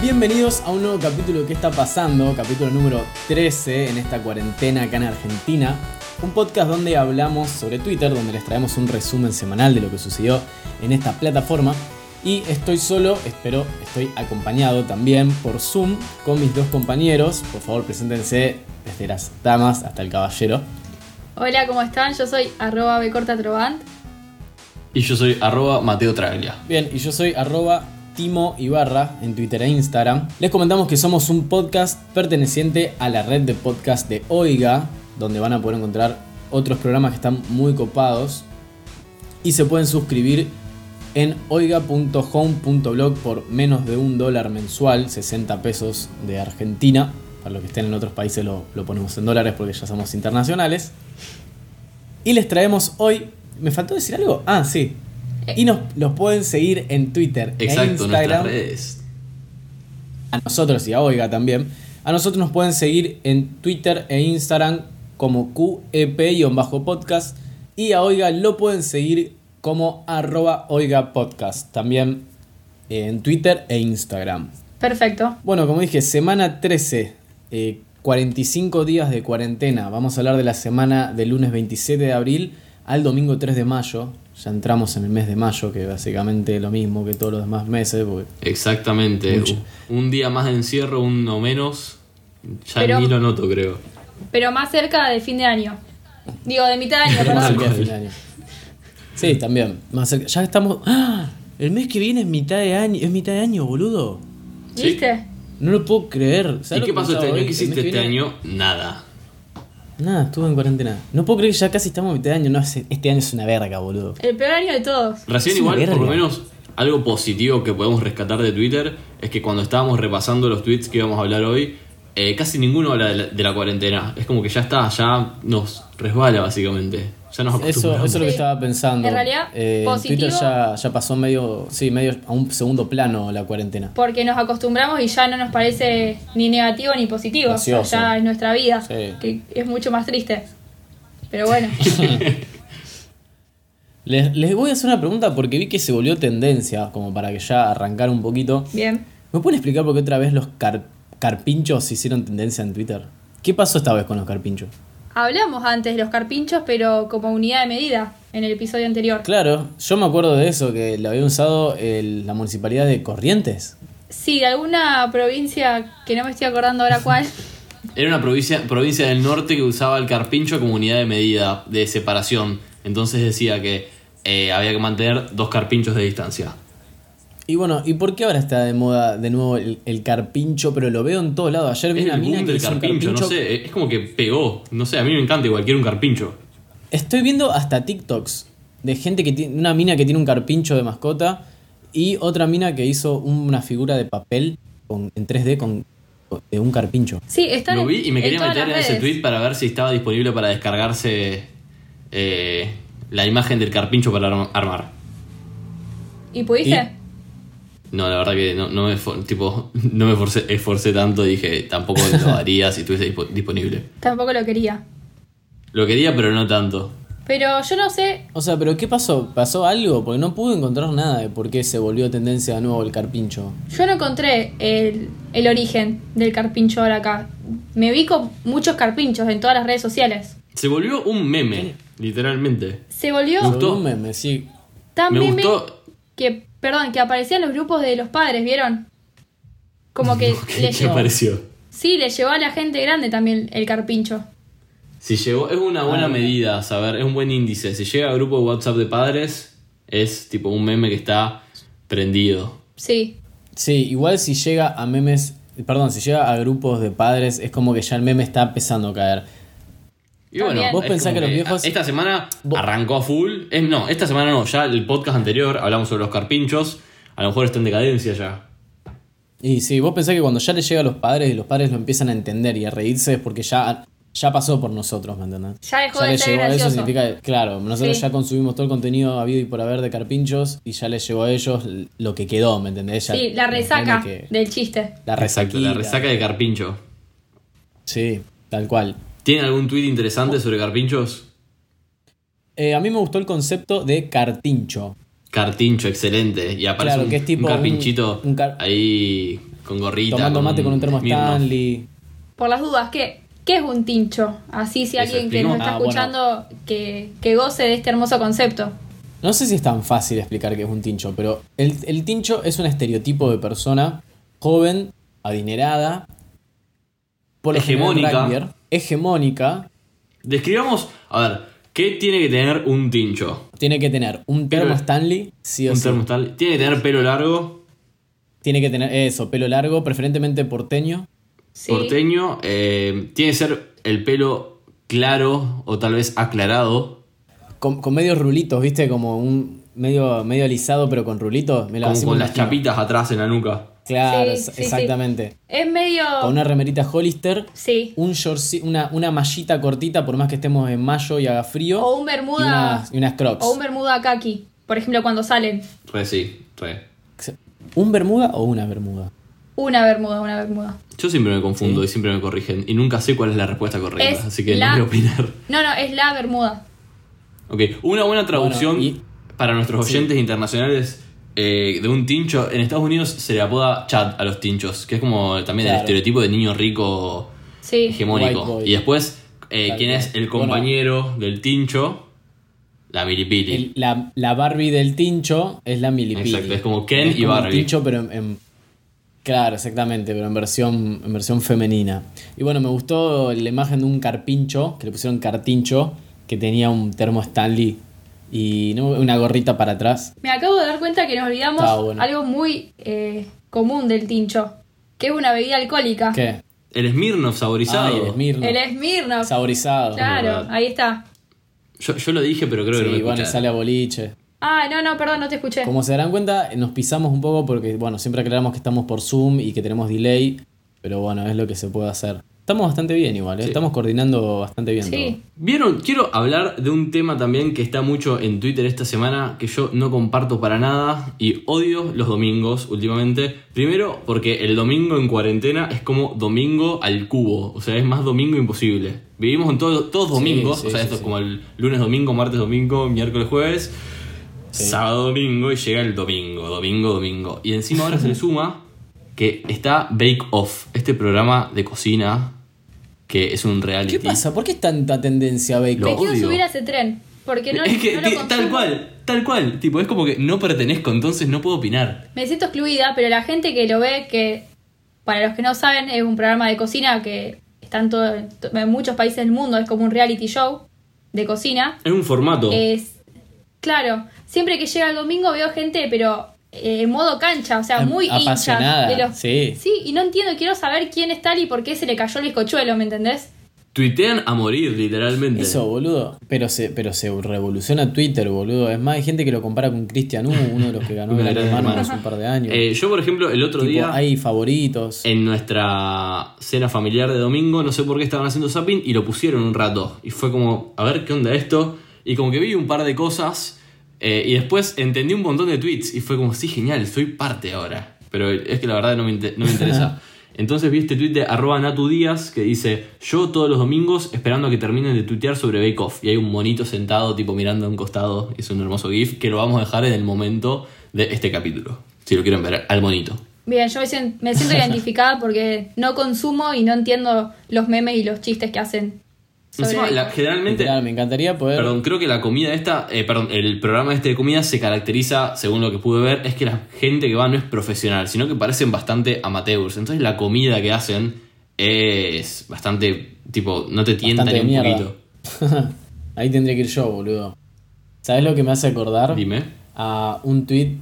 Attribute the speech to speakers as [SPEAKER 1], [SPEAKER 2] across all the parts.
[SPEAKER 1] Bienvenidos a un nuevo capítulo que está pasando, capítulo número 13 en esta cuarentena acá en Argentina. Un podcast donde hablamos sobre Twitter, donde les traemos un resumen semanal de lo que sucedió en esta plataforma. Y estoy solo, espero, estoy acompañado también por Zoom con mis dos compañeros. Por favor, preséntense desde las damas hasta el caballero.
[SPEAKER 2] Hola, ¿cómo están? Yo soy arroba bcortatrovant.
[SPEAKER 3] Y yo soy arroba Mateo Traglia.
[SPEAKER 1] Bien, y yo soy arroba Timo Ibarra en Twitter e Instagram. Les comentamos que somos un podcast perteneciente a la red de podcast de Oiga, donde van a poder encontrar otros programas que están muy copados. Y se pueden suscribir en oiga.home.blog por menos de un dólar mensual, 60 pesos de Argentina. Para los que estén en otros países lo, lo ponemos en dólares porque ya somos internacionales. Y les traemos hoy... ¿Me faltó decir algo? Ah, sí. Y nos, los pueden seguir en Twitter e
[SPEAKER 3] Eh. Exacto, nuestras
[SPEAKER 1] Instagram.
[SPEAKER 3] redes.
[SPEAKER 1] A nosotros y a Oiga también. A nosotros nos pueden seguir en Twitter e Instagram como E QEP-podcast. Y a Oiga lo pueden seguir como arroba Oiga Podcast. También en Twitter e Instagram.
[SPEAKER 2] Perfecto.
[SPEAKER 1] Bueno, como dije, semana 13, eh, 45 días de cuarentena. Vamos a hablar de la semana del lunes 27 de abril al domingo 3 de mayo. Ya entramos en el mes de mayo, que básicamente es lo mismo que todos los demás meses, porque
[SPEAKER 3] Exactamente.
[SPEAKER 1] Mucho.
[SPEAKER 3] Un día más de encierro, uno menos. Ya
[SPEAKER 2] Pero-
[SPEAKER 3] ni lo noto, creo.
[SPEAKER 2] Pero más cerca de fin de año. Digo, de mitad de año,
[SPEAKER 1] Más
[SPEAKER 2] perdón.
[SPEAKER 1] cerca de fin de año. Sí, también. Más cerca. Ya estamos. ¡Ah! El mes que viene es mitad de año. Es mitad de año, boludo.
[SPEAKER 3] Sí.
[SPEAKER 2] ¿Viste?
[SPEAKER 1] No lo puedo creer. ¿Sabes
[SPEAKER 3] ¿Y
[SPEAKER 1] lo
[SPEAKER 3] qué
[SPEAKER 1] que
[SPEAKER 3] pasó este
[SPEAKER 1] pensaba hoy?
[SPEAKER 3] año? ¿Qué
[SPEAKER 1] El mes
[SPEAKER 3] hiciste
[SPEAKER 1] que
[SPEAKER 3] este
[SPEAKER 1] viene-
[SPEAKER 3] año? Nada.
[SPEAKER 1] Nada, estuve en cuarentena. No puedo creer que ya casi estamos a mitad de año. No, hace- este año es una verga, boludo.
[SPEAKER 2] El peor año de todos.
[SPEAKER 3] Recién
[SPEAKER 1] Es una
[SPEAKER 3] igual, por lo
[SPEAKER 1] verga.
[SPEAKER 3] menos, algo positivo que podemos rescatar de Twitter es que cuando estábamos repasando los tweets que íbamos a hablar hoy, eh, casi ninguno habla de la, de la cuarentena. Es como que ya está, ya nos resbala básicamente. Ya nos
[SPEAKER 1] Eso, eso
[SPEAKER 3] acostumbramos.
[SPEAKER 1] es lo que
[SPEAKER 2] Sí.
[SPEAKER 1] estaba pensando.
[SPEAKER 2] En realidad,
[SPEAKER 1] Eh, en
[SPEAKER 2] positivo-
[SPEAKER 1] Twitter ya, ya pasó medio, sí, medio a un segundo plano la cuarentena.
[SPEAKER 2] Porque nos acostumbramos y ya no nos parece ni negativo ni positivo. O sea,
[SPEAKER 1] Gracioso.
[SPEAKER 2] ya es nuestra vida.
[SPEAKER 1] Sí.
[SPEAKER 2] Que es mucho más triste. Pero bueno.
[SPEAKER 1] Les, les voy a hacer una pregunta porque vi que se volvió tendencia, como para que ya arrancar un poquito.
[SPEAKER 2] Bien.
[SPEAKER 1] ¿Me pueden explicar por qué otra vez los car- carpinchos hicieron tendencia en Twitter? ¿Qué pasó esta vez con los carpinchos?
[SPEAKER 2] Hablamos antes de los carpinchos, pero como unidad de medida en el episodio anterior.
[SPEAKER 1] Claro, yo me acuerdo de eso, que lo había usado el- la municipalidad de Corrientes.
[SPEAKER 2] Sí, de alguna provincia que no me estoy acordando ahora cuál.
[SPEAKER 3] Era una provincia, provincia del norte que usaba el carpincho como unidad de medida de separación. Entonces decía que eh, había que mantener dos carpinchos de distancia.
[SPEAKER 1] Y bueno, ¿y por qué ahora está de moda de nuevo el, el carpincho? Pero lo veo en todos lados. Ayer vi
[SPEAKER 3] Es
[SPEAKER 1] una
[SPEAKER 3] el
[SPEAKER 1] mina
[SPEAKER 3] boom
[SPEAKER 1] que
[SPEAKER 3] del
[SPEAKER 1] hizo un
[SPEAKER 3] carpincho,
[SPEAKER 1] carpincho.
[SPEAKER 3] no sé, es como que pegó. No sé, a mí me encanta igual, quiero un carpincho.
[SPEAKER 1] Estoy viendo hasta TikToks de gente que tiene una mina que tiene un carpincho de mascota y otra mina que hizo una figura de papel con- en 3D con, de un carpincho.
[SPEAKER 2] Sí, están
[SPEAKER 3] Lo
[SPEAKER 2] en-
[SPEAKER 3] vi y me
[SPEAKER 2] en
[SPEAKER 3] quería
[SPEAKER 2] todas
[SPEAKER 3] meter en
[SPEAKER 2] las
[SPEAKER 3] ese
[SPEAKER 2] redes.
[SPEAKER 3] tweet para ver si estaba disponible para descargarse eh, la imagen del carpincho para arm- armar.
[SPEAKER 2] ¿Y pudiste?
[SPEAKER 3] No, la verdad que no, no me, for- tipo, no me forcé- esforcé tanto, dije, tampoco lo haría si estuviese dispo- disponible.
[SPEAKER 2] Tampoco lo quería.
[SPEAKER 3] Lo quería, pero no tanto.
[SPEAKER 2] Pero yo no sé,
[SPEAKER 1] O sea, pero ¿qué pasó? ¿Pasó algo? Porque no pude encontrar nada de por qué se volvió tendencia de nuevo el carpincho.
[SPEAKER 2] yo no encontré el, el origen del carpincho ahora acá. Me vi con muchos carpinchos en todas las redes sociales.
[SPEAKER 3] Se volvió un meme, literalmente.
[SPEAKER 2] Se
[SPEAKER 1] Se
[SPEAKER 2] volvió
[SPEAKER 1] volvió
[SPEAKER 3] gustó.
[SPEAKER 1] un meme, sí.
[SPEAKER 2] tan
[SPEAKER 3] me
[SPEAKER 2] meme
[SPEAKER 3] gustó.
[SPEAKER 2] que, perdón, que aparecían los grupos de los padres, ¿vieron? Como que le
[SPEAKER 3] ¿Qué, qué
[SPEAKER 2] llevó.
[SPEAKER 3] apareció?
[SPEAKER 2] Sí, le llevó a la gente grande también el carpincho.
[SPEAKER 3] Si llegó, es una buena
[SPEAKER 1] Ah.
[SPEAKER 3] medida, saber, es un buen índice. Si llega a grupo de WhatsApp de padres, es tipo un meme que está prendido.
[SPEAKER 2] Sí.
[SPEAKER 1] Sí, igual si llega a memes, perdón, si llega a grupos de padres, es como que ya el meme está empezando a caer.
[SPEAKER 3] Y
[SPEAKER 2] Está
[SPEAKER 3] bueno,
[SPEAKER 2] bien.
[SPEAKER 1] Vos
[SPEAKER 3] es
[SPEAKER 1] pensás que
[SPEAKER 3] como
[SPEAKER 1] los viejos-
[SPEAKER 3] Esta semana
[SPEAKER 1] Vos-
[SPEAKER 3] arrancó a full. Es- no, esta semana no, ya el podcast anterior hablamos sobre los carpinchos. A lo mejor está en decadencia ya.
[SPEAKER 1] Y sí, vos pensás que cuando ya le llega a los padres y los padres lo empiezan a entender y a reírse es porque ya, ya pasó por nosotros, ¿me entendés?
[SPEAKER 2] Ya dejó de
[SPEAKER 1] le
[SPEAKER 2] ser
[SPEAKER 1] llegó a eso,
[SPEAKER 2] gracioso.
[SPEAKER 1] significa, que, claro, nosotros
[SPEAKER 2] Sí.
[SPEAKER 1] ya consumimos todo el contenido habido y por haber de Carpinchos y ya les llegó a ellos lo que quedó, ¿me entendés? Ya
[SPEAKER 2] Sí, la resaca
[SPEAKER 1] entiende que-
[SPEAKER 2] del chiste.
[SPEAKER 1] La
[SPEAKER 3] Exacto,
[SPEAKER 1] resaquita.
[SPEAKER 3] la resaca de Carpincho.
[SPEAKER 1] Sí, tal cual.
[SPEAKER 3] ¿Tienen algún tuit interesante sobre Carpinchos?
[SPEAKER 1] Eh, a mí me gustó el concepto de cartincho.
[SPEAKER 3] Cartincho, excelente. Y aparece
[SPEAKER 1] Claro,
[SPEAKER 3] un,
[SPEAKER 1] que es tipo
[SPEAKER 3] un carpinchito
[SPEAKER 1] un- un car-
[SPEAKER 3] ahí con gorrita.
[SPEAKER 1] Tomando
[SPEAKER 3] con
[SPEAKER 1] mate con un termo
[SPEAKER 3] Smirnoff.
[SPEAKER 1] Stanley.
[SPEAKER 2] Por las dudas, ¿qué, qué es un tincho? Así si
[SPEAKER 3] ¿Eso
[SPEAKER 2] alguien que
[SPEAKER 3] explico?
[SPEAKER 2] nos está
[SPEAKER 1] Ah, bueno.
[SPEAKER 2] escuchando que, que goce de este hermoso concepto.
[SPEAKER 1] No sé si es tan fácil explicar qué es un tincho, pero el, el tincho es un estereotipo de persona joven, adinerada, por lo general
[SPEAKER 3] Hegemónica.
[SPEAKER 1] rugbyer, hegemónica.
[SPEAKER 3] Describamos, a ver, ¿qué tiene que tener un tincho?
[SPEAKER 1] Tiene que tener un
[SPEAKER 3] Pero-
[SPEAKER 1] termo Stanley, sí o
[SPEAKER 3] Un
[SPEAKER 1] sí.
[SPEAKER 3] termo Stanley. Tiene que tener pelo largo,
[SPEAKER 1] Tiene que tener eso, pelo largo, preferentemente porteño.
[SPEAKER 2] Sí.
[SPEAKER 3] porteño. eh, tiene que ser el pelo claro o tal vez aclarado.
[SPEAKER 1] Con, con medios rulitos, ¿viste? Como un medio, medio alisado, pero con rulitos. Me lo- así
[SPEAKER 3] como
[SPEAKER 1] me
[SPEAKER 3] con las
[SPEAKER 1] imagino.
[SPEAKER 3] chapitas atrás en la nuca.
[SPEAKER 1] Claro,
[SPEAKER 2] Sí,
[SPEAKER 1] es-
[SPEAKER 2] sí,
[SPEAKER 1] exactamente.
[SPEAKER 2] Es medio...
[SPEAKER 1] Con una remerita Hollister,
[SPEAKER 2] Sí.
[SPEAKER 1] un shortci- una, una mallita cortita, por más que estemos en mayo y haga frío.
[SPEAKER 2] O un
[SPEAKER 1] y,
[SPEAKER 2] bermuda...
[SPEAKER 1] unas, y unas crocs.
[SPEAKER 2] O un bermuda kaki. Por ejemplo, cuando salen.
[SPEAKER 3] Re, sí, re.
[SPEAKER 1] ¿Un bermuda o una bermuda?
[SPEAKER 2] Una bermuda, una bermuda.
[SPEAKER 3] Yo siempre me confundo y siempre me corrigen. Y nunca sé cuál es la respuesta correcta,
[SPEAKER 2] Es
[SPEAKER 3] así que
[SPEAKER 2] la-
[SPEAKER 3] no voy a opinar.
[SPEAKER 2] No, no, es la bermuda.
[SPEAKER 3] Ok, una buena traducción
[SPEAKER 1] Bueno, y-
[SPEAKER 3] para nuestros oyentes internacionales eh, de un tincho. En Estados Unidos se le apoda Chad a los tinchos, que es como también el
[SPEAKER 1] Claro.
[SPEAKER 3] estereotipo de niño rico
[SPEAKER 2] Sí.
[SPEAKER 1] White
[SPEAKER 3] hegemónico.
[SPEAKER 1] boy.
[SPEAKER 3] Y después, eh,
[SPEAKER 1] Tal
[SPEAKER 3] ¿quién
[SPEAKER 1] cual.
[SPEAKER 3] es el
[SPEAKER 1] Bueno.
[SPEAKER 3] compañero del tincho? La milipili.
[SPEAKER 1] El- la, la Barbie del tincho es la milipili.
[SPEAKER 3] Exacto, es como Ken
[SPEAKER 1] como
[SPEAKER 3] y
[SPEAKER 1] el
[SPEAKER 3] Barbie.
[SPEAKER 1] tincho, pero en, en- Claro, exactamente, pero en versión, en versión femenina. Y bueno, me gustó la imagen de un carpincho, que le pusieron cartincho, que tenía un termo Stanley y ¿no? una gorrita para atrás.
[SPEAKER 2] Me acabo de dar cuenta que nos
[SPEAKER 1] Está
[SPEAKER 2] olvidamos
[SPEAKER 1] bueno.
[SPEAKER 2] algo muy eh, común del tincho. Que es una bebida alcohólica.
[SPEAKER 1] ¿Qué?
[SPEAKER 3] El Smirnoff
[SPEAKER 1] Ah,
[SPEAKER 3] saborizado.
[SPEAKER 1] y el Smirnoff.
[SPEAKER 2] Ah. El Smirnoff.
[SPEAKER 1] Saborizado.
[SPEAKER 2] Claro,
[SPEAKER 3] verdad.
[SPEAKER 2] ahí está.
[SPEAKER 3] yo, yo lo dije, pero creo que no me
[SPEAKER 1] Sí, bueno,
[SPEAKER 3] escucharon.
[SPEAKER 1] sale a boliche.
[SPEAKER 2] Ah, no, no, perdón, no te escuché.
[SPEAKER 1] Como se darán cuenta, nos pisamos un poco porque, bueno, siempre aclaramos que estamos por Zoom y que tenemos delay, pero bueno, es lo que se puede hacer. Estamos bastante bien igual, ¿eh? estamos coordinando bastante bien.
[SPEAKER 2] Sí.
[SPEAKER 3] Vieron, quiero hablar de un tema también que está mucho en Twitter esta semana, que yo no comparto para nada y odio los domingos últimamente. Primero, porque el domingo en cuarentena es como domingo al cubo, o sea, es más domingo imposible. Vivimos en todo- todos domingos,
[SPEAKER 1] sí,
[SPEAKER 3] o sea,
[SPEAKER 1] sí,
[SPEAKER 3] esto es
[SPEAKER 1] sí.
[SPEAKER 3] como el lunes, domingo, martes, domingo, miércoles, jueves, sábado, domingo y llega el domingo, domingo, domingo. Y encima ahora se le suma que está Bake Off, este programa de cocina que es un
[SPEAKER 1] todo.
[SPEAKER 3] reality.
[SPEAKER 1] ¿Qué pasa? ¿Por qué es tanta tendencia a Bake
[SPEAKER 3] Lo-
[SPEAKER 2] Me
[SPEAKER 1] Off?
[SPEAKER 2] quiero
[SPEAKER 3] odio.
[SPEAKER 2] subir a ese tren. Porque no,
[SPEAKER 3] es que
[SPEAKER 2] no lo
[SPEAKER 3] ti- tal
[SPEAKER 2] consumo.
[SPEAKER 3] cual, tal cual. Tipo, es como que no pertenezco, entonces no puedo opinar.
[SPEAKER 2] Me siento excluida, pero la gente que lo ve, que para los que no saben, es un programa de cocina que está en, todo- en muchos países del mundo, es como un reality show de cocina.
[SPEAKER 3] Es un
[SPEAKER 1] Oh.
[SPEAKER 3] formato.
[SPEAKER 2] Es. Claro, siempre que llega el domingo veo gente, pero eh, en modo cancha, o sea,
[SPEAKER 1] Am-
[SPEAKER 2] muy hincha.
[SPEAKER 1] apasionada,
[SPEAKER 2] de los-
[SPEAKER 1] sí.
[SPEAKER 2] y no entiendo, quiero saber quién es tal y por qué se le cayó el bizcochuelo, ¿me entendés?
[SPEAKER 3] Tuitean a morir, literalmente.
[SPEAKER 1] Eso, boludo. Pero se, pero se revoluciona Twitter, boludo. Es más, hay gente que lo compara con Cristian U, uno de los que ganó
[SPEAKER 3] Uno
[SPEAKER 1] el
[SPEAKER 3] de los
[SPEAKER 1] Gran Hermano
[SPEAKER 3] hermanos.
[SPEAKER 1] hace un par de años.
[SPEAKER 3] Eh, yo, por ejemplo, el otro
[SPEAKER 1] Tipo,
[SPEAKER 3] día, Eh,
[SPEAKER 1] hay favoritos.
[SPEAKER 3] en nuestra cena familiar de domingo, no sé por qué estaban haciendo zapping y lo pusieron un rato. Y fue como, a ver qué onda esto. Y como que vi un par de cosas. eh, y después entendí un montón de tweets. Y fue como, sí, genial, soy parte ahora. Pero es que la verdad no me, inte- no me interesa. Entonces vi este tweet de arroba Natu Díaz que dice: Yo todos los domingos esperando a que terminen de tuitear sobre Bake Off. Y hay un monito sentado, tipo mirando a un costado. Es un hermoso GIF que lo vamos a dejar en el momento de este capítulo. Si lo quieren ver, al monito.
[SPEAKER 2] Bien, yo me siento, me siento identificada porque no consumo y no entiendo los memes y los chistes que hacen. sobre
[SPEAKER 3] Encima,
[SPEAKER 2] el-
[SPEAKER 3] la- generalmente.
[SPEAKER 1] Literal, me encantaría poder.
[SPEAKER 3] Perdón, creo que la comida esta, eh, perdón, el programa este de comida se caracteriza, según lo que pude ver, es que la gente que va no es profesional, sino que parecen bastante amateurs. Entonces la comida que hacen es bastante, tipo, no te tienta
[SPEAKER 1] Bastante
[SPEAKER 3] ni un
[SPEAKER 1] de
[SPEAKER 3] poquito.
[SPEAKER 1] Ahí tendría que ir yo, boludo. ¿Sabes lo que me hace acordar?
[SPEAKER 3] Dime.
[SPEAKER 1] a un tweet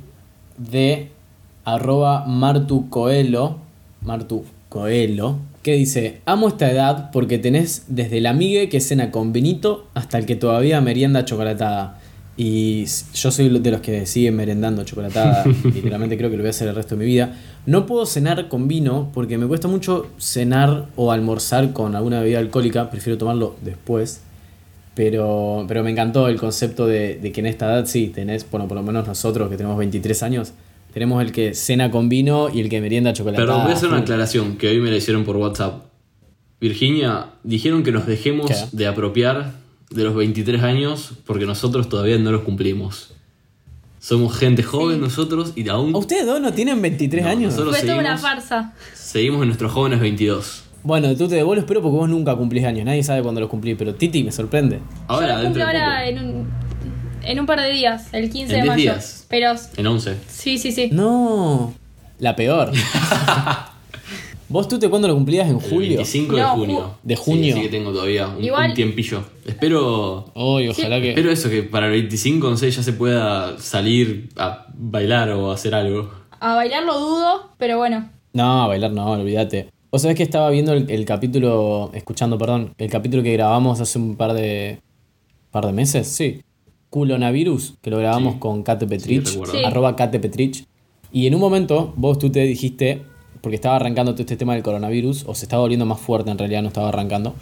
[SPEAKER 1] de arroba Martu Coelho, Martu Coelho, que dice, amo esta edad porque tenés desde el amigue que cena con vinito hasta el que todavía merienda chocolatada. Y s- yo soy de los que siguen merendando chocolatada. Literalmente creo que lo voy a hacer el resto de mi vida. No puedo cenar con vino porque me cuesta mucho cenar o almorzar con alguna bebida alcohólica. Prefiero tomarlo después. Pero, pero me encantó el concepto de, de que en esta edad sí tenés, bueno, por lo menos nosotros que tenemos 23 años, tenemos el que cena con vino y el que merienda chocolatada.
[SPEAKER 3] Perdón, voy a hacer una
[SPEAKER 1] full.
[SPEAKER 3] aclaración que hoy me la hicieron por WhatsApp. Virginia, dijeron que nos dejemos
[SPEAKER 1] ¿Qué?
[SPEAKER 3] de apropiar de los 23 años porque nosotros todavía no los cumplimos. Somos gente joven nosotros y aún
[SPEAKER 1] ¿A ustedes dos no tienen 23
[SPEAKER 3] No,
[SPEAKER 1] años?
[SPEAKER 3] nosotros-
[SPEAKER 2] Fue toda una
[SPEAKER 3] seguimos.
[SPEAKER 2] farsa.
[SPEAKER 3] seguimos en nuestros jóvenes 22.
[SPEAKER 1] Bueno, tú te devuelves, pero porque vos nunca cumplís años. Nadie sabe cuándo los cumplís, pero Titi me sorprende.
[SPEAKER 3] Ahora,
[SPEAKER 2] Yo lo
[SPEAKER 3] dentro
[SPEAKER 2] cumplo
[SPEAKER 3] de
[SPEAKER 2] ahora
[SPEAKER 3] poco.
[SPEAKER 2] en un, en un par de días, el 15
[SPEAKER 3] En
[SPEAKER 2] de
[SPEAKER 3] 10
[SPEAKER 2] mayo.
[SPEAKER 3] días.
[SPEAKER 2] Pero
[SPEAKER 3] En 11.
[SPEAKER 2] sí, sí, sí.
[SPEAKER 1] No, la peor. ¿Vos tú te cuándo lo cumplías? ¿En
[SPEAKER 3] El
[SPEAKER 1] julio?
[SPEAKER 3] 25 de
[SPEAKER 2] No,
[SPEAKER 3] junio.
[SPEAKER 1] ju- de junio.
[SPEAKER 3] Sí, sí que tengo todavía un,
[SPEAKER 2] Igual-
[SPEAKER 3] un tiempillo. Espero.
[SPEAKER 1] Ay, ojalá que...
[SPEAKER 3] Espero eso, que para el 25 11 ya se pueda salir a bailar o hacer algo.
[SPEAKER 2] A bailar lo dudo, pero bueno.
[SPEAKER 1] No, bailar no, olvídate. Vos sabés que estaba viendo el, el capítulo, escuchando, perdón, el capítulo que grabamos hace un par de... par de meses, sí. Culonavirus, que lo grabamos
[SPEAKER 3] Sí.
[SPEAKER 1] con Kate Petrich,
[SPEAKER 3] recuerdo.
[SPEAKER 2] Sí.
[SPEAKER 1] arroba Kate Petrich. Y en un momento vos tú te dijiste, porque estaba arrancando todo este tema del coronavirus, o se estaba volviendo más fuerte en realidad, no estaba arrancando,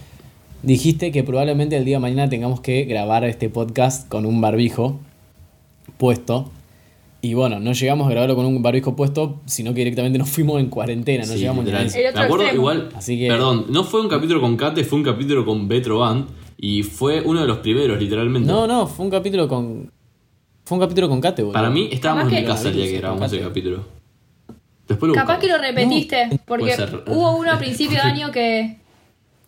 [SPEAKER 1] dijiste que probablemente el día de mañana tengamos que grabar este podcast con un barbijo puesto. Y bueno, no llegamos a grabarlo con un barbijo puesto, sino que directamente nos fuimos en cuarentena, no
[SPEAKER 3] Sí,
[SPEAKER 1] llegamos ni a
[SPEAKER 3] literal.
[SPEAKER 1] eso.
[SPEAKER 2] El otro
[SPEAKER 3] Me acuerdo
[SPEAKER 2] extremo.
[SPEAKER 3] igual.
[SPEAKER 1] Así que-
[SPEAKER 3] Perdón, no fue un capítulo con Kate, fue un capítulo con Betro Band. Y fue uno de los primeros, literalmente.
[SPEAKER 1] No, no, fue un capítulo con. Fue un capítulo con Kate, boludo.
[SPEAKER 3] Para mí, estábamos
[SPEAKER 2] Capaz
[SPEAKER 3] en mi
[SPEAKER 2] que-
[SPEAKER 3] casa el día que grabamos ese capítulo. Después lo
[SPEAKER 2] Capaz
[SPEAKER 3] buscamos.
[SPEAKER 2] que lo repetiste, porque
[SPEAKER 3] ser.
[SPEAKER 2] hubo uno a principio de año que,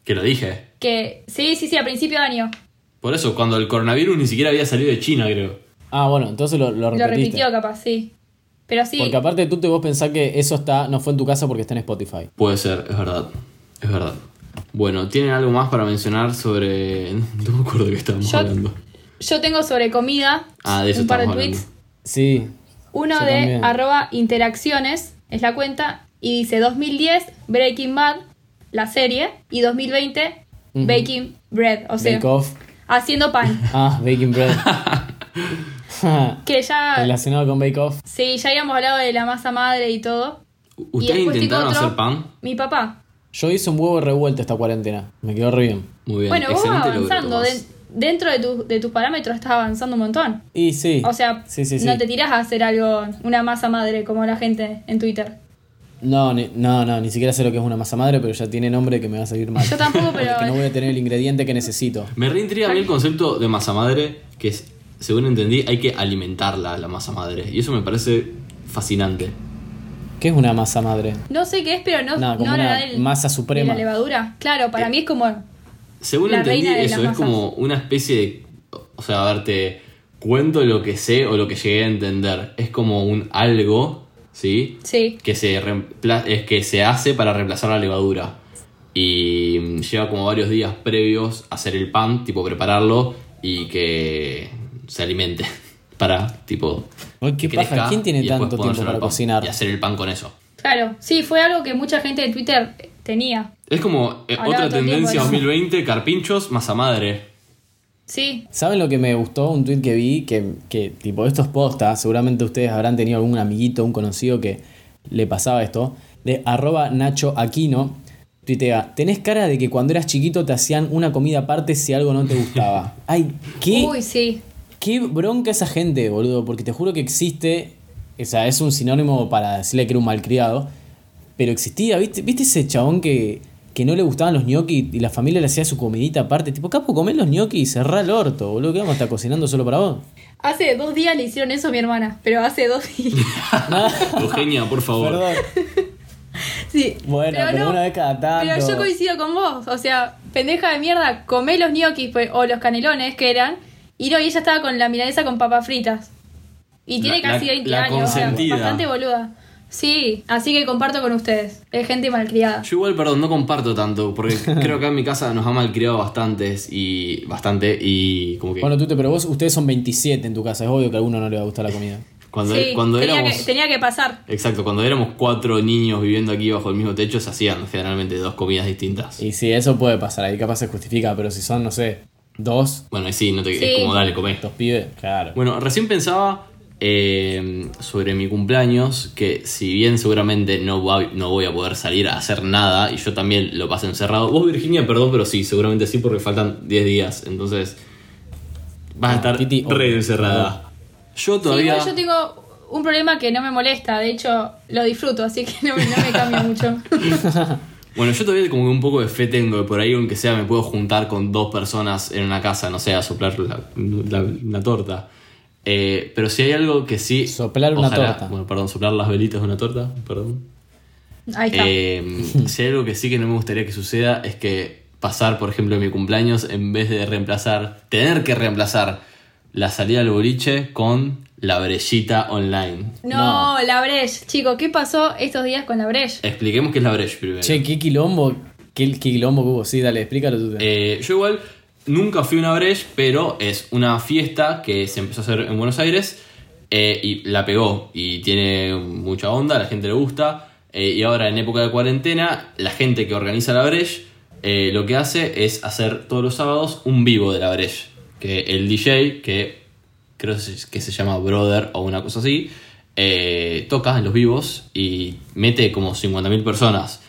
[SPEAKER 3] Que lo dije.
[SPEAKER 2] que... Sí, sí, sí, a principio de año.
[SPEAKER 3] Por eso, cuando el coronavirus ni siquiera había salido de China, creo.
[SPEAKER 1] Ah, bueno, entonces lo, lo
[SPEAKER 2] Lo
[SPEAKER 1] repetiste.
[SPEAKER 2] repitió capaz, sí. Pero sí,
[SPEAKER 1] Porque aparte tú te vos pensás que eso está no fue en tu casa porque está en Spotify.
[SPEAKER 3] Puede ser, es verdad. Es verdad. Bueno, ¿tienen algo más para mencionar sobre.? No me acuerdo de qué estábamos
[SPEAKER 2] Yo-
[SPEAKER 3] hablando.
[SPEAKER 2] yo tengo sobre comida
[SPEAKER 3] Ah, de eso
[SPEAKER 2] un par de
[SPEAKER 3] estamos
[SPEAKER 2] tweets.
[SPEAKER 3] hablando.
[SPEAKER 1] Sí.
[SPEAKER 2] Uno
[SPEAKER 1] Yo
[SPEAKER 2] de
[SPEAKER 1] también.
[SPEAKER 2] arroba interacciones, es la cuenta, y dice 2010 Breaking Bad, la serie, y 2020 Baking Bread, o sea,
[SPEAKER 1] Bake Off.
[SPEAKER 2] haciendo pan.
[SPEAKER 1] Ah, Baking Bread.
[SPEAKER 2] que ya,
[SPEAKER 1] Relacionado con Bake Off.
[SPEAKER 2] sí, ya habíamos hablado de la masa madre y todo. Y
[SPEAKER 3] ¿Ustedes
[SPEAKER 2] después
[SPEAKER 3] intentaron
[SPEAKER 2] tipo otro,
[SPEAKER 3] hacer pan?
[SPEAKER 2] Mi papá.
[SPEAKER 1] Yo hice un huevo revuelto esta cuarentena. Me quedó re bien.
[SPEAKER 3] Muy bien,
[SPEAKER 2] bueno, vos vas
[SPEAKER 3] excelente logro,
[SPEAKER 2] avanzando,
[SPEAKER 3] Tomás.
[SPEAKER 2] de- dentro de, tu- de tus parámetros estás avanzando un montón.
[SPEAKER 1] Y sí.
[SPEAKER 2] O sea,
[SPEAKER 1] sí, sí, sí.
[SPEAKER 2] no te tirás a hacer algo, una masa madre como la gente en Twitter.
[SPEAKER 1] No, ni, no, no, ni siquiera sé lo que es una masa madre, pero ya tiene nombre que me va a salir mal.
[SPEAKER 2] Yo tampoco,
[SPEAKER 1] Porque
[SPEAKER 2] pero...
[SPEAKER 1] no voy a tener el ingrediente que necesito.
[SPEAKER 3] Me reintriga a mí el concepto de masa madre, que es, según entendí, hay que alimentarla, la masa madre. Y eso me parece fascinante.
[SPEAKER 1] ¿Qué es una masa madre?
[SPEAKER 2] No sé qué es, pero no,
[SPEAKER 1] Nada, como
[SPEAKER 2] no
[SPEAKER 1] una
[SPEAKER 2] la del-
[SPEAKER 1] masa suprema.
[SPEAKER 2] de la levadura. Claro, para mí es como.
[SPEAKER 3] Según
[SPEAKER 2] La
[SPEAKER 3] entendí,
[SPEAKER 2] reina de
[SPEAKER 3] eso
[SPEAKER 2] las
[SPEAKER 3] es como una especie de. O sea, a ver, te cuento lo que sé o lo que llegué a entender. Es como un algo, ¿sí?
[SPEAKER 2] Sí.
[SPEAKER 3] que se, reempla- es que se hace para reemplazar la levadura. Y mm, lleva como varios días previos a hacer el pan, tipo prepararlo y que se alimente para tipo...
[SPEAKER 1] Ay, qué
[SPEAKER 3] que
[SPEAKER 1] paja,
[SPEAKER 3] crezca
[SPEAKER 1] ¿quién tiene
[SPEAKER 3] y después
[SPEAKER 1] tanto
[SPEAKER 3] ponérselo
[SPEAKER 1] tiempo
[SPEAKER 3] al
[SPEAKER 1] para
[SPEAKER 3] pan
[SPEAKER 1] cocinar?
[SPEAKER 3] Y hacer el pan con eso.
[SPEAKER 2] Claro, sí, fue algo que mucha gente de Twitter tenía.
[SPEAKER 3] Es como eh,
[SPEAKER 2] Hablaba
[SPEAKER 3] otra
[SPEAKER 2] todo el tiempo
[SPEAKER 3] tendencia
[SPEAKER 2] de eso.
[SPEAKER 3] 2020, carpinchos, masa madre.
[SPEAKER 2] Sí.
[SPEAKER 1] ¿Saben lo que me gustó? Un tweet que vi que, que tipo, estos postas, seguramente ustedes habrán tenido algún amiguito, un conocido que le pasaba esto, de arroba Nacho Aquino, tuitea, tenés cara de que cuando eras chiquito te hacían una comida aparte si algo no te gustaba. Ay, qué,
[SPEAKER 2] Uy, sí.
[SPEAKER 1] qué bronca esa gente, boludo, porque te juro que existe, o sea, es un sinónimo para decirle que era un malcriado, pero existía, ¿viste, ¿Viste ese chabón que, que no le gustaban los gnocchi y la familia le hacía su comidita aparte? Tipo, capo, comés los gnocchi y cerrá el orto, boludo, que vamos a estar cocinando solo para vos.
[SPEAKER 2] Hace dos días le hicieron eso a mi hermana, pero hace dos días.
[SPEAKER 3] Eugenia, por favor.
[SPEAKER 1] Perdón.
[SPEAKER 2] Sí.
[SPEAKER 1] Bueno, pero una vez cada tanto.
[SPEAKER 2] Pero yo coincido con vos. O sea, pendeja de mierda, comé los gnocchis pues, o los canelones que eran. Y no, y ella estaba con la milanesa con papas fritas. Y tiene
[SPEAKER 3] La- la-
[SPEAKER 2] casi 20
[SPEAKER 3] la
[SPEAKER 2] años. o sea,
[SPEAKER 3] consentida.
[SPEAKER 2] bastante boluda. Sí, así que comparto con ustedes. Es gente malcriada.
[SPEAKER 3] Yo igual, perdón, no comparto tanto, porque creo que en mi casa nos ha malcriado bastantes y bastante y como que...
[SPEAKER 1] Bueno, tú te, pero vos, ustedes son 27 en tu casa, es obvio que a alguno no le va a gustar la comida.
[SPEAKER 3] cuando e-,
[SPEAKER 2] Sí,
[SPEAKER 3] cuando
[SPEAKER 2] tenía,
[SPEAKER 3] éramos...
[SPEAKER 2] que, tenía que pasar.
[SPEAKER 3] Exacto, cuando éramos cuatro niños viviendo aquí bajo el mismo techo, se hacían generalmente dos comidas distintas.
[SPEAKER 1] Y sí, eso puede pasar, ahí capaz se justifica, pero si son, no sé,
[SPEAKER 4] Dos,
[SPEAKER 3] Bueno, y sí, no te,
[SPEAKER 2] Sí.
[SPEAKER 3] es como dale, comé.
[SPEAKER 4] estos pibes, claro.
[SPEAKER 3] Bueno, recién pensaba eh, sobre mi cumpleaños, que si bien seguramente no, va- no voy a poder salir a hacer nada, y yo también lo pasé encerrado. Vos, Virginia, perdón, pero sí, seguramente sí, porque faltan 10 días, entonces vas a
[SPEAKER 4] Ah,
[SPEAKER 3] estar
[SPEAKER 4] Titi,
[SPEAKER 3] re
[SPEAKER 4] ok.
[SPEAKER 3] encerrada. Yo
[SPEAKER 2] Sí,
[SPEAKER 3] todavía...
[SPEAKER 2] igual yo tengo un problema que no me molesta, de hecho lo disfruto, así que no, me- no me cambia mucho.
[SPEAKER 3] Bueno, yo todavía como que un poco de fe tengo, que por ahí aunque sea me puedo juntar con dos personas en una casa, no sé, a soplar la, la- una torta. Eh, pero si hay algo que sí...
[SPEAKER 4] Soplar una torta.
[SPEAKER 3] Bueno, perdón, soplar las velitas de una torta, perdón.
[SPEAKER 2] Ahí está.
[SPEAKER 3] Eh, si hay algo que sí que no me gustaría que suceda es que pasar, por ejemplo, mi cumpleaños en vez de reemplazar, tener que reemplazar la salida al boliche con la brellita online.
[SPEAKER 2] no, la Breche, chico, ¿qué pasó estos días con la Breche?
[SPEAKER 3] Expliquemos qué es la brech primero.
[SPEAKER 4] Che, qué quilombo, qué, qué quilombo que hubo. Sí, dale, explícalo tú.
[SPEAKER 3] Eh, yo igual nunca fui a una breche, pero es una fiesta que se empezó a hacer en Buenos Aires eh, y la pegó y tiene mucha onda, a la gente le gusta. eh, y ahora en época de cuarentena, la gente que organiza la breche eh, lo que hace es hacer todos los sábados un vivo de la breche. Que el DJ, que creo se- que se llama Brother o una cosa así, eh, toca en los vivos y mete como 50.000 personas.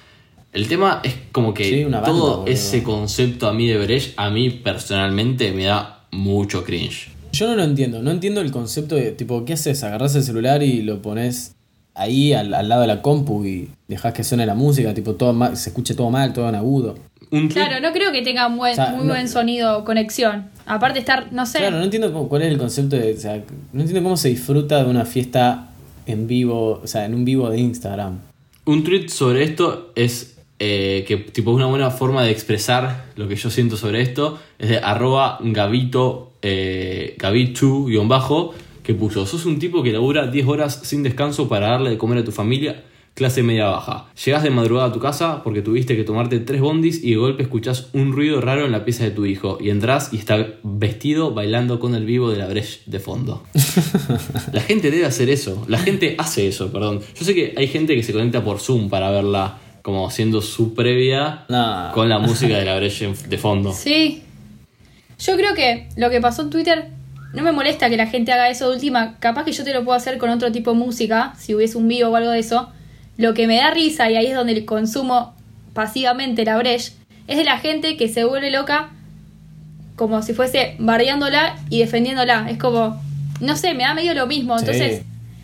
[SPEAKER 3] El tema es como que
[SPEAKER 4] Sí, una banda,
[SPEAKER 3] todo
[SPEAKER 4] boludo.
[SPEAKER 3] ese concepto a mí de Brecht, a mí personalmente me da mucho cringe.
[SPEAKER 4] Yo no lo entiendo, no entiendo el concepto de, tipo, ¿qué haces? Agarrás el celular y lo pones ahí al, al lado de la compu y dejás que suene la música, tipo, todo ma- se escuche todo mal, todo en agudo.
[SPEAKER 3] Un tuit-
[SPEAKER 2] Claro, no creo que tenga buen-
[SPEAKER 4] O sea,
[SPEAKER 2] muy
[SPEAKER 4] no-
[SPEAKER 2] buen sonido o conexión. Aparte estar, no sé,
[SPEAKER 4] Claro, no entiendo cómo- cuál es el concepto de, o sea, no entiendo cómo se disfruta de una fiesta en vivo, o sea, en un vivo de Instagram.
[SPEAKER 3] Un tweet sobre esto es eh, que tipo una buena forma de expresar lo que yo siento sobre esto es de arroba gavito eh, gabichu guión bajo que puso sos un tipo que labura 10 horas sin descanso para darle de comer a tu familia clase media baja llegas de madrugada a tu casa porque tuviste que tomarte tres bondis y de golpe escuchás un ruido raro en la pieza de tu hijo y entras y está vestido bailando con el vivo de la breche de fondo la gente debe hacer eso. La gente hace eso, perdón. Yo sé que hay gente que se conecta por Zoom para verla como haciendo su previa
[SPEAKER 4] No.
[SPEAKER 3] con la música de la brecha en- de fondo.
[SPEAKER 2] Sí. Yo creo que lo que pasó en Twitter no me molesta que la gente haga eso de última. Capaz que yo te lo puedo hacer con otro tipo de música, si hubiese un vivo o algo de eso. Lo que me da risa, y ahí es donde consumo pasivamente la Breche, es de la gente que se vuelve loca como si fuese bardeándola y defendiéndola. Es como, no sé, me da medio lo mismo.
[SPEAKER 4] Sí.
[SPEAKER 2] Entonces,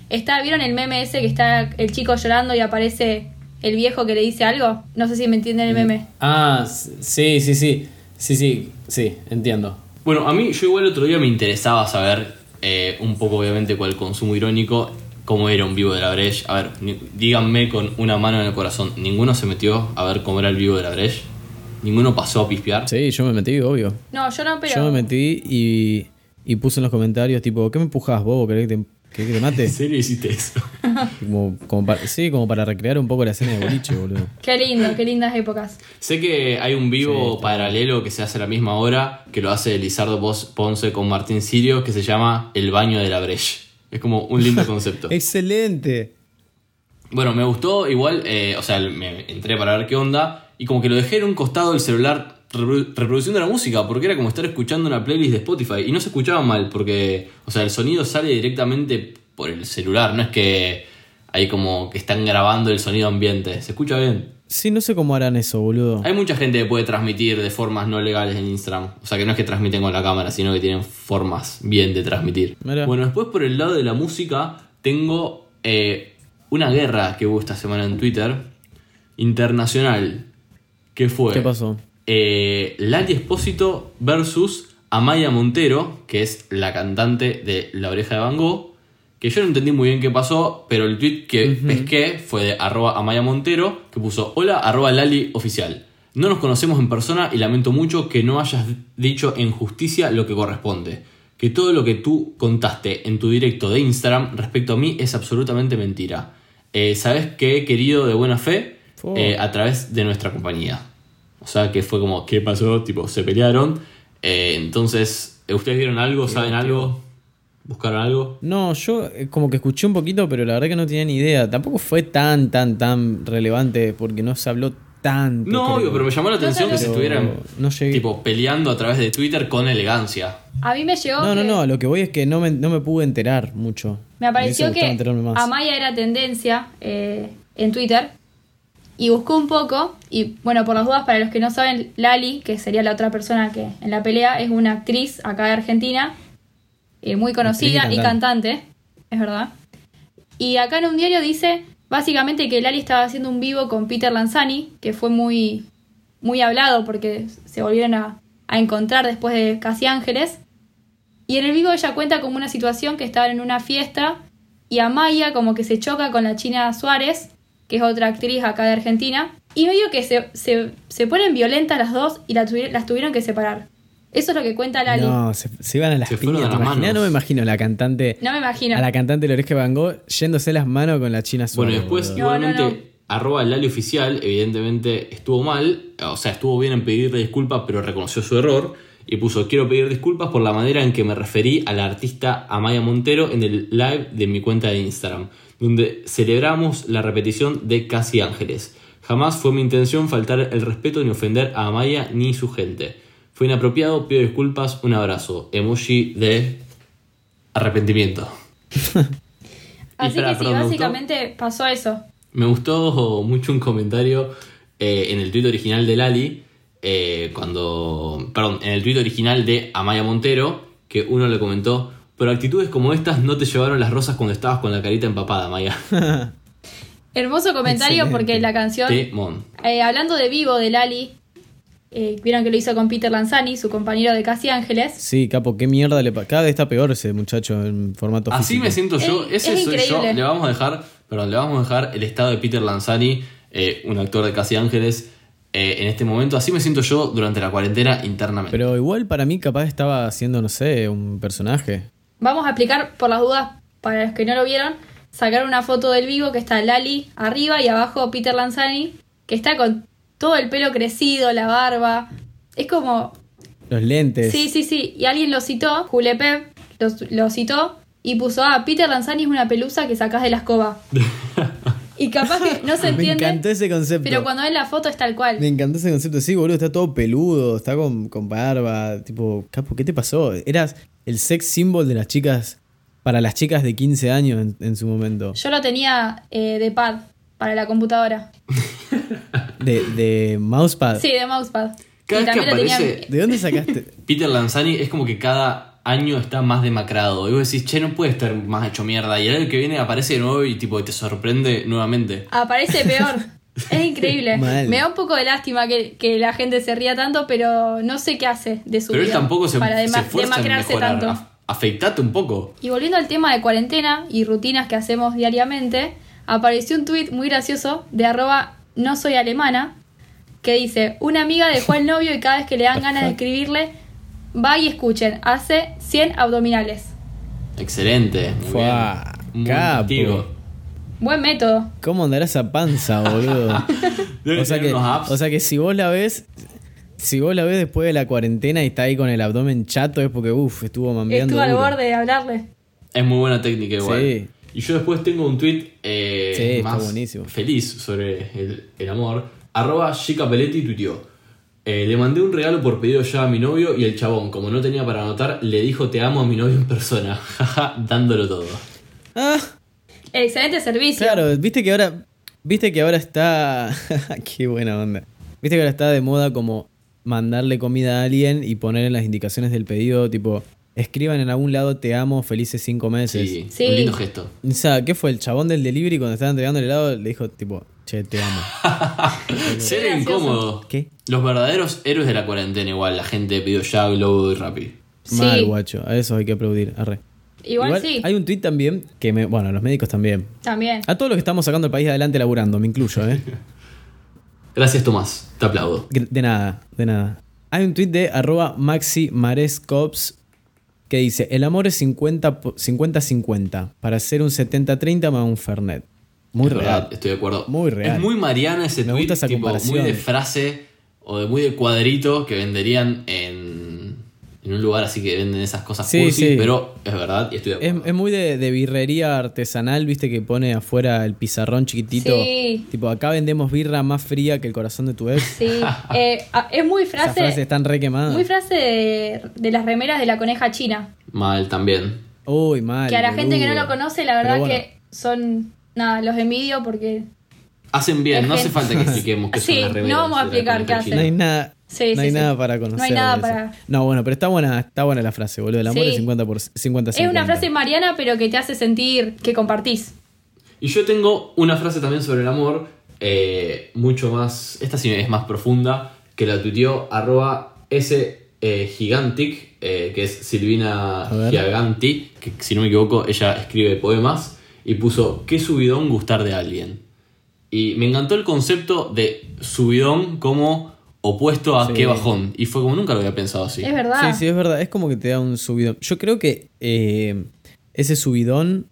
[SPEAKER 2] está, ¿vieron el meme ese que está el chico llorando y aparece el viejo que le dice algo? No sé si me entienden el meme.
[SPEAKER 4] Ah, sí, sí, sí, sí, sí, sí, entiendo.
[SPEAKER 3] Bueno, a mí yo igual otro día me interesaba saber eh, un poco obviamente cuál consumo irónico, cómo era un vivo de la brecha. A ver, ni- díganme con una mano en el corazón, ¿ninguno se metió a ver cómo era el vivo de la brecha? ¿Ninguno pasó a pispear?
[SPEAKER 4] Sí, yo me metí, obvio.
[SPEAKER 2] No, yo no, pero...
[SPEAKER 4] Yo me metí y, y puse en los comentarios, tipo, ¿qué me empujás, bobo? ¿Querés que te, querés que te mate?
[SPEAKER 3] ¿En serio hiciste eso?
[SPEAKER 4] Como, como para, sí, como para recrear un poco la escena de boliche, boludo.
[SPEAKER 2] Qué lindo, qué lindas épocas.
[SPEAKER 3] Sé que hay un vivo paralelo que se hace a la misma hora, que lo hace Lizardo Pos- Ponce con Martín Sirio, que se llama El baño de la Breche. Es como un lindo concepto.
[SPEAKER 4] ¡Excelente!
[SPEAKER 3] bueno, me gustó igual, eh, o sea, me entré para ver qué onda, y como que lo dejé en un costado del celular reprodu- reproduciendo la música, porque era como estar escuchando una playlist de Spotify, y no se escuchaba mal, porque, o sea, el sonido sale directamente por el celular, no es que hay como que están grabando el sonido ambiente, se escucha bien.
[SPEAKER 4] Sí, no sé cómo harán eso, boludo.
[SPEAKER 3] Hay mucha gente que puede transmitir de formas no legales en Instagram. O sea, que no es que transmiten con la cámara, sino que tienen formas bien de transmitir.
[SPEAKER 4] Mirá.
[SPEAKER 3] Bueno, después por el lado de la música, tengo eh, una guerra que hubo esta semana en Twitter, internacional, que fue
[SPEAKER 4] ¿Qué pasó?
[SPEAKER 3] eh, Lali Espósito versus Amaya Montero, que es la cantante de La Oreja de Van Gogh, que yo no entendí muy bien qué pasó, pero el tweet que pesqué fue de arroba Amaya Montero, que puso hola arroba Lali oficial. No nos conocemos en persona y lamento mucho que no hayas dicho en justicia lo que corresponde. Que todo lo que tú contaste en tu directo de Instagram respecto a mí es absolutamente mentira. Eh, Sabes que he querido de buena fe
[SPEAKER 4] Fu.
[SPEAKER 3] eh, a través de nuestra compañía. O sea, que fue como, ¿qué pasó? Tipo, se pelearon. Eh, entonces, ¿ustedes vieron algo? ¿Saben algo? ¿Buscaron algo?
[SPEAKER 4] No, yo eh, como que escuché un poquito, pero la verdad que no tenía ni idea. Tampoco fue tan, tan, tan relevante porque no se habló
[SPEAKER 1] tanto.
[SPEAKER 3] No,
[SPEAKER 1] creo.
[SPEAKER 3] obvio, pero me llamó la
[SPEAKER 2] No,
[SPEAKER 3] atención
[SPEAKER 2] no,
[SPEAKER 3] que se
[SPEAKER 2] no.
[SPEAKER 3] estuvieran
[SPEAKER 1] No llegué.
[SPEAKER 3] tipo peleando a través de Twitter con elegancia.
[SPEAKER 2] A mí me llegó.
[SPEAKER 1] No, no,
[SPEAKER 2] que-
[SPEAKER 1] no, a lo que voy es que no me, no me pude enterar mucho.
[SPEAKER 2] Me
[SPEAKER 1] hubiese
[SPEAKER 2] apareció
[SPEAKER 1] gustado
[SPEAKER 2] que
[SPEAKER 1] enterarme más.
[SPEAKER 2] Amaya era tendencia eh, en Twitter y buscó un poco. Y bueno, por las dudas, para los que no saben, Lali, que sería la otra persona que en la pelea, es una actriz acá de Argentina, eh, muy conocida
[SPEAKER 1] Actriz y
[SPEAKER 2] y cantante, es verdad. Y acá en un diario dice básicamente que Lali estaba haciendo un vivo con Peter Lanzani, que fue muy, muy hablado porque se volvieron a, a encontrar después de Casi Ángeles. Y en el vivo ella cuenta como una situación que estaban en una fiesta y Amaya como que se choca con la China Suárez, que es otra actriz acá de Argentina, y medio que se, se, se ponen violentas las dos y la tuvi- las tuvieron que separar. Eso es lo que cuenta Lali. No,
[SPEAKER 1] No, se, se iban a las
[SPEAKER 3] Se fueron
[SPEAKER 1] piñas.
[SPEAKER 3] a
[SPEAKER 1] ¿te
[SPEAKER 3] las
[SPEAKER 1] imaginas?
[SPEAKER 3] manos.
[SPEAKER 1] No me imagino la cantante.
[SPEAKER 2] me imagino.
[SPEAKER 1] A la cantante Loreje Van Gogh yéndose las manos con la China
[SPEAKER 3] Bueno,
[SPEAKER 1] Suárez.
[SPEAKER 3] después
[SPEAKER 1] boludo.
[SPEAKER 2] No, no,
[SPEAKER 3] igualmente
[SPEAKER 2] no.
[SPEAKER 3] arroba Lali oficial, evidentemente estuvo mal, o sea, estuvo bien en pedirle disculpas, pero reconoció su error y puso quiero pedir disculpas por la manera en que me referí a la artista Amaya Montero en el live de mi cuenta de Instagram, donde celebramos la repetición de Casi Ángeles. Jamás fue mi intención faltar el respeto ni ofender a Amaya ni su gente. Fue inapropiado, pido disculpas, un abrazo. Emoji de arrepentimiento. Y
[SPEAKER 2] Así
[SPEAKER 3] para
[SPEAKER 2] que sí,
[SPEAKER 3] productor-
[SPEAKER 2] básicamente pasó eso.
[SPEAKER 3] Me gustó mucho un comentario eh, en el tuit original de Lali, eh, cuando. Perdón, en el tuit original de Amaya Montero, que uno le comentó. Pero actitudes como estas no te llevaron las rosas cuando estabas con la carita empapada, Amaya.
[SPEAKER 2] Hermoso comentario
[SPEAKER 1] Excelente.
[SPEAKER 2] porque la canción...
[SPEAKER 3] Temón.
[SPEAKER 2] Eh, hablando de vivo de Lali, eh, vieron que lo hizo con Peter Lanzani, su compañero de Casi Ángeles.
[SPEAKER 1] Sí, capo, qué mierda le pa- Cada vez está peor ese muchacho en formato
[SPEAKER 3] Así
[SPEAKER 1] físico.
[SPEAKER 3] me siento yo,
[SPEAKER 2] Es-
[SPEAKER 3] ese
[SPEAKER 2] es
[SPEAKER 3] soy yo.
[SPEAKER 2] increíble.
[SPEAKER 3] Le vamos a dejar, perdón, le vamos a dejar el estado de Peter Lanzani, eh, un actor de Casi Ángeles, eh, en este momento. Así me siento yo durante la cuarentena internamente.
[SPEAKER 1] Pero igual para mí capaz estaba haciendo, no sé, un personaje.
[SPEAKER 2] Vamos a explicar por las dudas para los que no lo vieron. Sacaron una foto del vivo que está Lali arriba y abajo Peter Lanzani, que está con todo el pelo crecido, la barba. Es como.
[SPEAKER 1] Los lentes.
[SPEAKER 2] Sí, sí, sí. Y alguien lo citó, Jule Pep lo, lo citó y puso: Ah, Peter Lanzani es una pelusa que sacás de la escoba. y capaz que no se
[SPEAKER 1] me
[SPEAKER 2] entiende.
[SPEAKER 1] encantó ese concepto.
[SPEAKER 2] pero cuando ven la foto es tal cual.
[SPEAKER 1] Me encantó ese concepto. Sí, boludo, está todo peludo, está con, con barba. Tipo, capo, ¿qué te pasó? Eras el sex symbol de las chicas, para las chicas de 15 años en, en su momento.
[SPEAKER 2] Yo lo tenía eh, de pad para la computadora.
[SPEAKER 1] De, de mousepad.
[SPEAKER 2] Sí, de mousepad.
[SPEAKER 3] Cada
[SPEAKER 2] y
[SPEAKER 3] vez que
[SPEAKER 2] también lo
[SPEAKER 3] aparece-
[SPEAKER 2] tenía.
[SPEAKER 1] ¿De dónde sacaste?
[SPEAKER 3] Peter Lanzani es como que cada año está más demacrado. Y vos decís, che, no puede estar más hecho mierda. Y el año que viene aparece de nuevo y tipo te sorprende nuevamente.
[SPEAKER 2] Aparece peor. Es increíble.
[SPEAKER 1] Mal.
[SPEAKER 2] Me da un poco de lástima que, que la gente se ría tanto, pero no sé qué hace de su
[SPEAKER 3] Pero él
[SPEAKER 2] vida
[SPEAKER 3] tampoco se,
[SPEAKER 2] para
[SPEAKER 3] se
[SPEAKER 2] dema-
[SPEAKER 3] esfuerza en
[SPEAKER 2] demacrarse
[SPEAKER 3] mejorar.
[SPEAKER 2] tanto.
[SPEAKER 3] Af- Afeitate un poco.
[SPEAKER 2] Y volviendo al tema de cuarentena y rutinas que hacemos diariamente, apareció un tuit muy gracioso de arroba no soy alemana que dice, una amiga dejó al novio y cada vez que le dan ganas de escribirle, va y escuchen, hace 100 abdominales.
[SPEAKER 3] Excelente. Muy
[SPEAKER 1] Fua,
[SPEAKER 3] bien. Un buen
[SPEAKER 1] capo.
[SPEAKER 3] testigo.
[SPEAKER 2] Buen método.
[SPEAKER 1] ¿Cómo andará esa panza, boludo?
[SPEAKER 3] Debe
[SPEAKER 1] o, sea
[SPEAKER 3] tener
[SPEAKER 1] que,
[SPEAKER 3] unos abs.
[SPEAKER 1] o sea que si vos la ves, si vos la ves después de la cuarentena y está ahí con el abdomen chato, es porque, uff, estuvo mambeando.
[SPEAKER 2] Estuvo al
[SPEAKER 1] duro.
[SPEAKER 2] borde de hablarle.
[SPEAKER 3] Es muy buena técnica igual.
[SPEAKER 1] Sí.
[SPEAKER 3] Y yo después tengo un tweet eh,
[SPEAKER 1] Sí, está
[SPEAKER 3] más
[SPEAKER 1] buenísimo.
[SPEAKER 3] feliz sobre el, el amor. Arroba Chica Peletti tuiteó. eh, le mandé un regalo por pedido ya a mi novio y el chabón, como no tenía para anotar, le dijo te amo a mi novio en persona. Jaja, dándolo todo.
[SPEAKER 1] Ah,
[SPEAKER 2] Excelente servicio.
[SPEAKER 1] claro, viste que ahora. Viste que ahora está. Qué buena onda. Viste que ahora está de moda como mandarle comida a alguien y poner en las indicaciones del pedido, tipo, escriban en algún lado te amo, felices cinco meses.
[SPEAKER 3] Sí,
[SPEAKER 2] Sí.
[SPEAKER 3] un lindo gesto.
[SPEAKER 1] O sea, ¿qué fue? El chabón del delivery cuando estaba entregando el helado le dijo, tipo, che, te amo.
[SPEAKER 3] Ser incómodo.
[SPEAKER 1] ¿Qué?
[SPEAKER 3] Los verdaderos héroes de la cuarentena igual, la gente pidió ya Globo y Rappi.
[SPEAKER 2] Sí.
[SPEAKER 1] Mal, guacho. A eso hay que aplaudir. Arre.
[SPEAKER 2] Igual, sí.
[SPEAKER 1] Hay un tweet también que me. Bueno, los médicos también.
[SPEAKER 2] También.
[SPEAKER 1] A todos los que estamos sacando el país adelante laburando, me incluyo, ¿eh?
[SPEAKER 3] Gracias Tomás, te aplaudo.
[SPEAKER 1] De nada, de nada. Hay un tweet de arroba Maxi Mares Cops que dice: El amor es 50 po- 50-50 para ser un 70-30 más un Fernet. Muy
[SPEAKER 3] Es verdad,
[SPEAKER 1] real.
[SPEAKER 3] estoy de acuerdo.
[SPEAKER 1] Muy real.
[SPEAKER 3] Es muy mariana ese
[SPEAKER 1] Me
[SPEAKER 3] tweet,
[SPEAKER 1] gusta esa
[SPEAKER 3] tipo, muy
[SPEAKER 1] comparación.
[SPEAKER 3] de frase o de muy de cuadrito que venderían en en un lugar así que venden esas cosas
[SPEAKER 1] Sí,
[SPEAKER 3] cursi,
[SPEAKER 1] sí.
[SPEAKER 3] pero es verdad y estoy de
[SPEAKER 1] Es,
[SPEAKER 3] acuerdo.
[SPEAKER 1] es muy de, de birrería artesanal, viste, que pone afuera el pizarrón chiquitito.
[SPEAKER 2] Sí.
[SPEAKER 1] Tipo, acá vendemos birra más fría que el corazón de tu ex.
[SPEAKER 2] Sí. Eh, ah, es muy
[SPEAKER 1] Esas frases
[SPEAKER 2] frase.
[SPEAKER 1] están re quemadas.
[SPEAKER 2] Muy frase de, de las remeras de la coneja china.
[SPEAKER 3] Mal también.
[SPEAKER 1] Uy, mal.
[SPEAKER 2] que a la gente que no
[SPEAKER 1] boludo.
[SPEAKER 2] lo conoce, la
[SPEAKER 1] Pero
[SPEAKER 2] verdad
[SPEAKER 1] bueno,
[SPEAKER 2] que son. Nada, los envidio porque.
[SPEAKER 3] Hacen bien, no hace
[SPEAKER 2] Gente.
[SPEAKER 3] falta que expliquemos qué
[SPEAKER 2] Sí,
[SPEAKER 3] son las
[SPEAKER 2] no
[SPEAKER 3] remeras
[SPEAKER 2] vamos a
[SPEAKER 3] de la
[SPEAKER 2] explicar
[SPEAKER 3] comunidad
[SPEAKER 2] qué
[SPEAKER 3] china.
[SPEAKER 1] No hay nada.
[SPEAKER 2] Sí,
[SPEAKER 1] no
[SPEAKER 2] sí,
[SPEAKER 1] hay
[SPEAKER 2] sí.
[SPEAKER 1] nada para conocer.
[SPEAKER 2] No hay nada
[SPEAKER 1] de eso.
[SPEAKER 2] para-
[SPEAKER 1] No, bueno, pero está buena, está buena la frase, boludo. El amor
[SPEAKER 2] Sí.
[SPEAKER 1] es 50 por 50
[SPEAKER 2] Es una frase mariana, pero que te hace sentir que compartís.
[SPEAKER 3] Y yo tengo una frase también sobre el amor, eh, mucho más, esta sí es más profunda, que la tuiteó arroba S eh, Gigantic, eh, que es Silvina
[SPEAKER 1] ver.
[SPEAKER 3] Giganti, que si no me equivoco ella escribe poemas, y puso, ¿qué subidón gustar de alguien? Y me encantó el concepto de subidón como opuesto a
[SPEAKER 1] Sí.
[SPEAKER 3] qué bajón, y fue como nunca lo había pensado así.
[SPEAKER 2] Es verdad.
[SPEAKER 1] Sí, sí, es verdad. Es como que te da un subidón. Yo creo que eh, ese subidón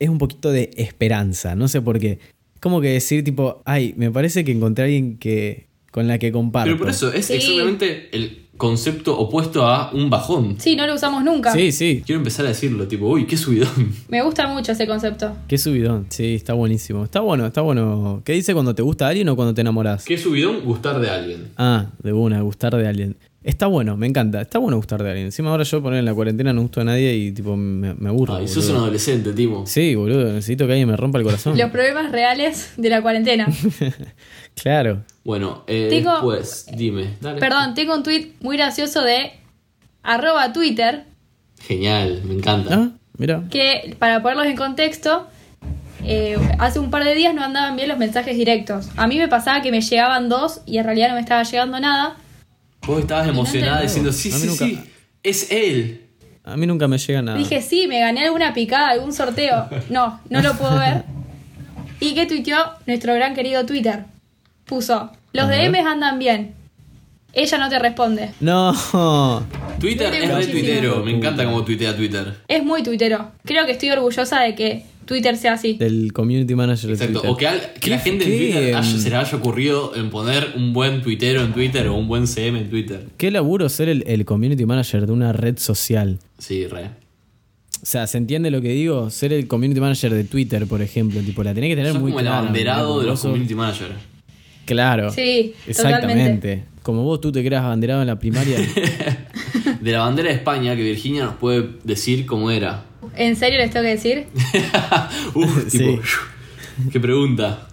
[SPEAKER 1] es un poquito de esperanza. No sé por qué. Es como que decir, tipo, ay, me parece que encontré a alguien que, con la que comparto.
[SPEAKER 3] Pero por eso es
[SPEAKER 2] Sí.
[SPEAKER 3] exactamente el concepto opuesto a un bajón.
[SPEAKER 2] Sí, no lo usamos nunca.
[SPEAKER 1] Sí, sí.
[SPEAKER 3] Quiero empezar a decirlo, tipo, uy, qué subidón.
[SPEAKER 2] Me gusta mucho ese concepto.
[SPEAKER 1] Qué subidón. Sí, está buenísimo. Está bueno, está bueno. ¿Qué dice cuando te gusta alguien o cuando te enamorás?
[SPEAKER 3] ¿Qué subidón gustar de alguien?
[SPEAKER 1] Ah, de una, gustar de alguien. Está bueno, me encanta. Está bueno gustar de alguien. Encima ahora yo poner en la cuarentena no gusto a nadie y tipo me, me aburro.
[SPEAKER 3] Ay,
[SPEAKER 1] boludo.
[SPEAKER 3] sos un adolescente, Timo.
[SPEAKER 1] Sí, boludo, necesito que alguien me rompa el corazón.
[SPEAKER 2] Los problemas reales de la cuarentena.
[SPEAKER 1] Claro.
[SPEAKER 3] Bueno, eh,
[SPEAKER 2] Tengo-
[SPEAKER 3] después, dime. Dale.
[SPEAKER 2] Perdón, tengo un tweet muy gracioso de arroba Twitter,
[SPEAKER 3] Genial, me encanta.
[SPEAKER 1] Ah, mira.
[SPEAKER 2] que para ponerlos en contexto, eh, hace un par de días no andaban bien los mensajes directos. A mí me pasaba que me llegaban dos y en realidad no me estaba llegando nada.
[SPEAKER 3] Vos estabas emocionada diciendo, sí,
[SPEAKER 1] A mí
[SPEAKER 3] sí,
[SPEAKER 1] nunca-
[SPEAKER 3] sí, es él.
[SPEAKER 1] A mí nunca me llega nada.
[SPEAKER 2] Dije, sí, me gané alguna picada, algún sorteo. No, no lo puedo ver. ¿Y que tuiteó nuestro gran querido Twitter? Puso, los DMs andan bien. Ella no te responde.
[SPEAKER 1] No.
[SPEAKER 3] Twitter
[SPEAKER 2] Yo
[SPEAKER 3] es
[SPEAKER 2] tengo
[SPEAKER 3] re
[SPEAKER 2] muchísimo.
[SPEAKER 3] tuitero, me encanta cómo tuitea Twitter.
[SPEAKER 2] Es muy tuitero. Creo que estoy orgullosa de que Twitter sea así.
[SPEAKER 1] Del community manager de
[SPEAKER 3] Exacto,
[SPEAKER 1] Twitter.
[SPEAKER 3] o que, al- que la
[SPEAKER 1] ¿Qué-
[SPEAKER 3] gente en
[SPEAKER 1] qué,
[SPEAKER 3] Twitter
[SPEAKER 1] em,
[SPEAKER 3] haya- se le haya ocurrido en poner un buen tuitero en Twitter o un buen CM en Twitter.
[SPEAKER 1] Qué laburo ser el, el community manager de una red social.
[SPEAKER 3] Sí, re.
[SPEAKER 1] O sea, ¿se entiende lo que digo? Ser el community manager de Twitter, por ejemplo. Tipo, la tenés que tener
[SPEAKER 3] Sos
[SPEAKER 1] muy
[SPEAKER 3] como el
[SPEAKER 1] clara,
[SPEAKER 3] abanderado
[SPEAKER 1] ¿no?
[SPEAKER 3] de los
[SPEAKER 1] Vos sos-
[SPEAKER 3] community manager.
[SPEAKER 1] Claro.
[SPEAKER 2] Sí,
[SPEAKER 1] Exactamente. Como vos tú te creas abanderado en la primaria.
[SPEAKER 3] De la bandera de España, que Virginia nos puede decir cómo era.
[SPEAKER 2] ¿En serio les tengo que decir?
[SPEAKER 3] Uf,
[SPEAKER 1] Sí.
[SPEAKER 3] tipo, qué pregunta.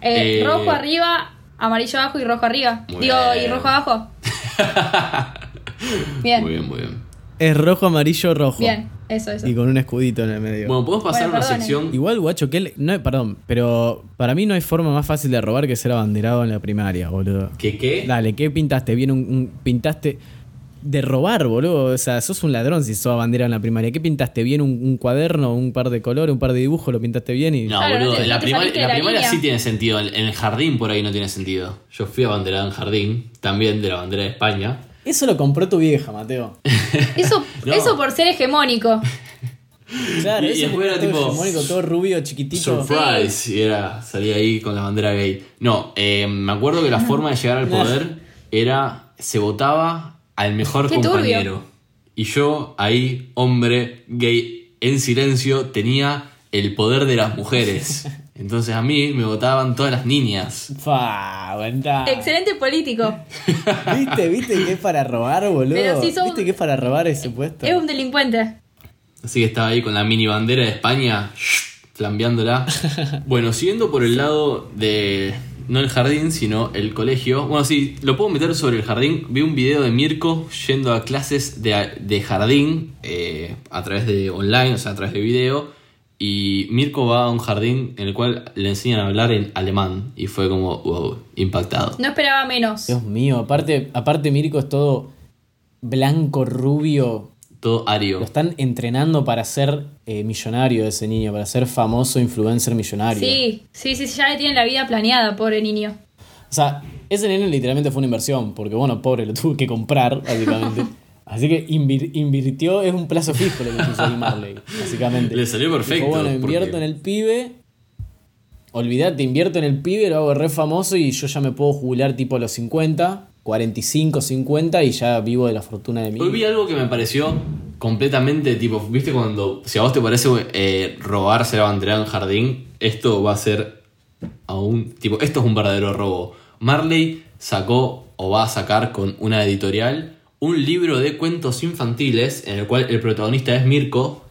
[SPEAKER 2] Eh,
[SPEAKER 3] Eh,
[SPEAKER 2] Rojo arriba, amarillo abajo y rojo arriba.
[SPEAKER 3] Muy
[SPEAKER 2] Digo, y
[SPEAKER 3] bien.
[SPEAKER 2] rojo abajo. Bien,
[SPEAKER 3] Muy
[SPEAKER 2] bien,
[SPEAKER 3] bien, muy bien.
[SPEAKER 1] es rojo, amarillo, rojo.
[SPEAKER 2] eso, eso.
[SPEAKER 1] Y con un escudito en el medio.
[SPEAKER 3] Bueno, podemos pasar
[SPEAKER 2] Bueno,
[SPEAKER 3] a una
[SPEAKER 2] perdonen.
[SPEAKER 3] sección.
[SPEAKER 1] Igual, guacho, que... le- No, perdón, pero para mí no hay forma más fácil de robar que ser abanderado en la primaria, boludo.
[SPEAKER 3] ¿Qué qué?
[SPEAKER 1] Dale, ¿qué pintaste? Viene un, un- Pintaste... De robar, boludo. O sea, sos un ladrón si sos abanderado en la primaria. ¿Qué pintaste? ¿Bien un, un cuaderno, un par de colores, un par de dibujos? ¿Lo pintaste bien? y
[SPEAKER 3] No,
[SPEAKER 2] Claro, no
[SPEAKER 3] boludo,
[SPEAKER 2] te-
[SPEAKER 3] en la,
[SPEAKER 2] no te
[SPEAKER 3] prima-
[SPEAKER 2] saliste
[SPEAKER 3] en la
[SPEAKER 2] de la
[SPEAKER 3] primaria
[SPEAKER 2] línea.
[SPEAKER 3] sí tiene sentido. En, en el jardín por ahí no tiene sentido. Yo fui abanderado en jardín, también de la bandera de España.
[SPEAKER 1] Eso lo compró tu vieja, Mateo.
[SPEAKER 2] Eso,
[SPEAKER 3] No.
[SPEAKER 2] eso por ser hegemónico.
[SPEAKER 1] Claro,
[SPEAKER 3] Y- y
[SPEAKER 1] eso
[SPEAKER 3] después era
[SPEAKER 1] todo
[SPEAKER 3] tipo-
[SPEAKER 1] hegemónico, todo rubio, chiquitito.
[SPEAKER 3] Surprise, y era, salí ahí con la bandera gay. No, eh, me acuerdo que la forma de llegar al poder era, se votaba al mejor
[SPEAKER 2] Qué turbio.
[SPEAKER 3] compañero. Y yo ahí, hombre gay, en silencio, tenía el poder de las mujeres. Entonces a mí me votaban todas las niñas.
[SPEAKER 1] Fa, aguantá.
[SPEAKER 3] Ah.
[SPEAKER 2] Excelente político.
[SPEAKER 1] ¿Viste, viste que es para robar, boludo?
[SPEAKER 2] Pero si son-
[SPEAKER 1] ¿Viste que es para robar ese puesto?
[SPEAKER 2] Es un delincuente.
[SPEAKER 3] Así que estaba ahí con la mini bandera de España, flambeándola. Bueno, siguiendo por el lado de. No el jardín, sino el colegio. Bueno, sí, lo puedo meter sobre el jardín. Vi un video de Mirko yendo a clases de, de jardín eh, a través de online, o sea, a través de video. Y Mirko va a un jardín en el cual le enseñan a hablar en alemán. Y fue como, wow, impactado.
[SPEAKER 2] No esperaba menos.
[SPEAKER 1] Dios mío, aparte, aparte Mirko es todo blanco, rubio.
[SPEAKER 3] Todo ario.
[SPEAKER 1] Lo están entrenando para ser eh, millonario ese niño, para ser famoso influencer millonario.
[SPEAKER 2] Sí, sí, sí, ya le tienen la vida planeada, pobre niño.
[SPEAKER 1] O sea, ese nene literalmente fue una inversión, porque bueno, pobre, lo tuvo que comprar, básicamente. Así que invir- invirtió, es un plazo fijo lo que puso ahí Marley, básicamente.
[SPEAKER 3] Le salió
[SPEAKER 1] Dijo,
[SPEAKER 3] perfecto,
[SPEAKER 1] bueno, invierto
[SPEAKER 3] porque-
[SPEAKER 1] en el pibe. Olvídate, invierto en el pibe, lo hago re famoso y yo ya me puedo jubilar tipo a los 50.
[SPEAKER 4] 45, 50 y ya vivo de la fortuna de mi.
[SPEAKER 3] Hoy vi algo que me pareció completamente tipo, viste cuando, si a vos te parece eh, robarse la bandera en un jardín, esto va a ser aún, tipo, esto es un verdadero robo. Marley sacó o va a sacar con una editorial un libro de cuentos infantiles en el cual el protagonista es Mirko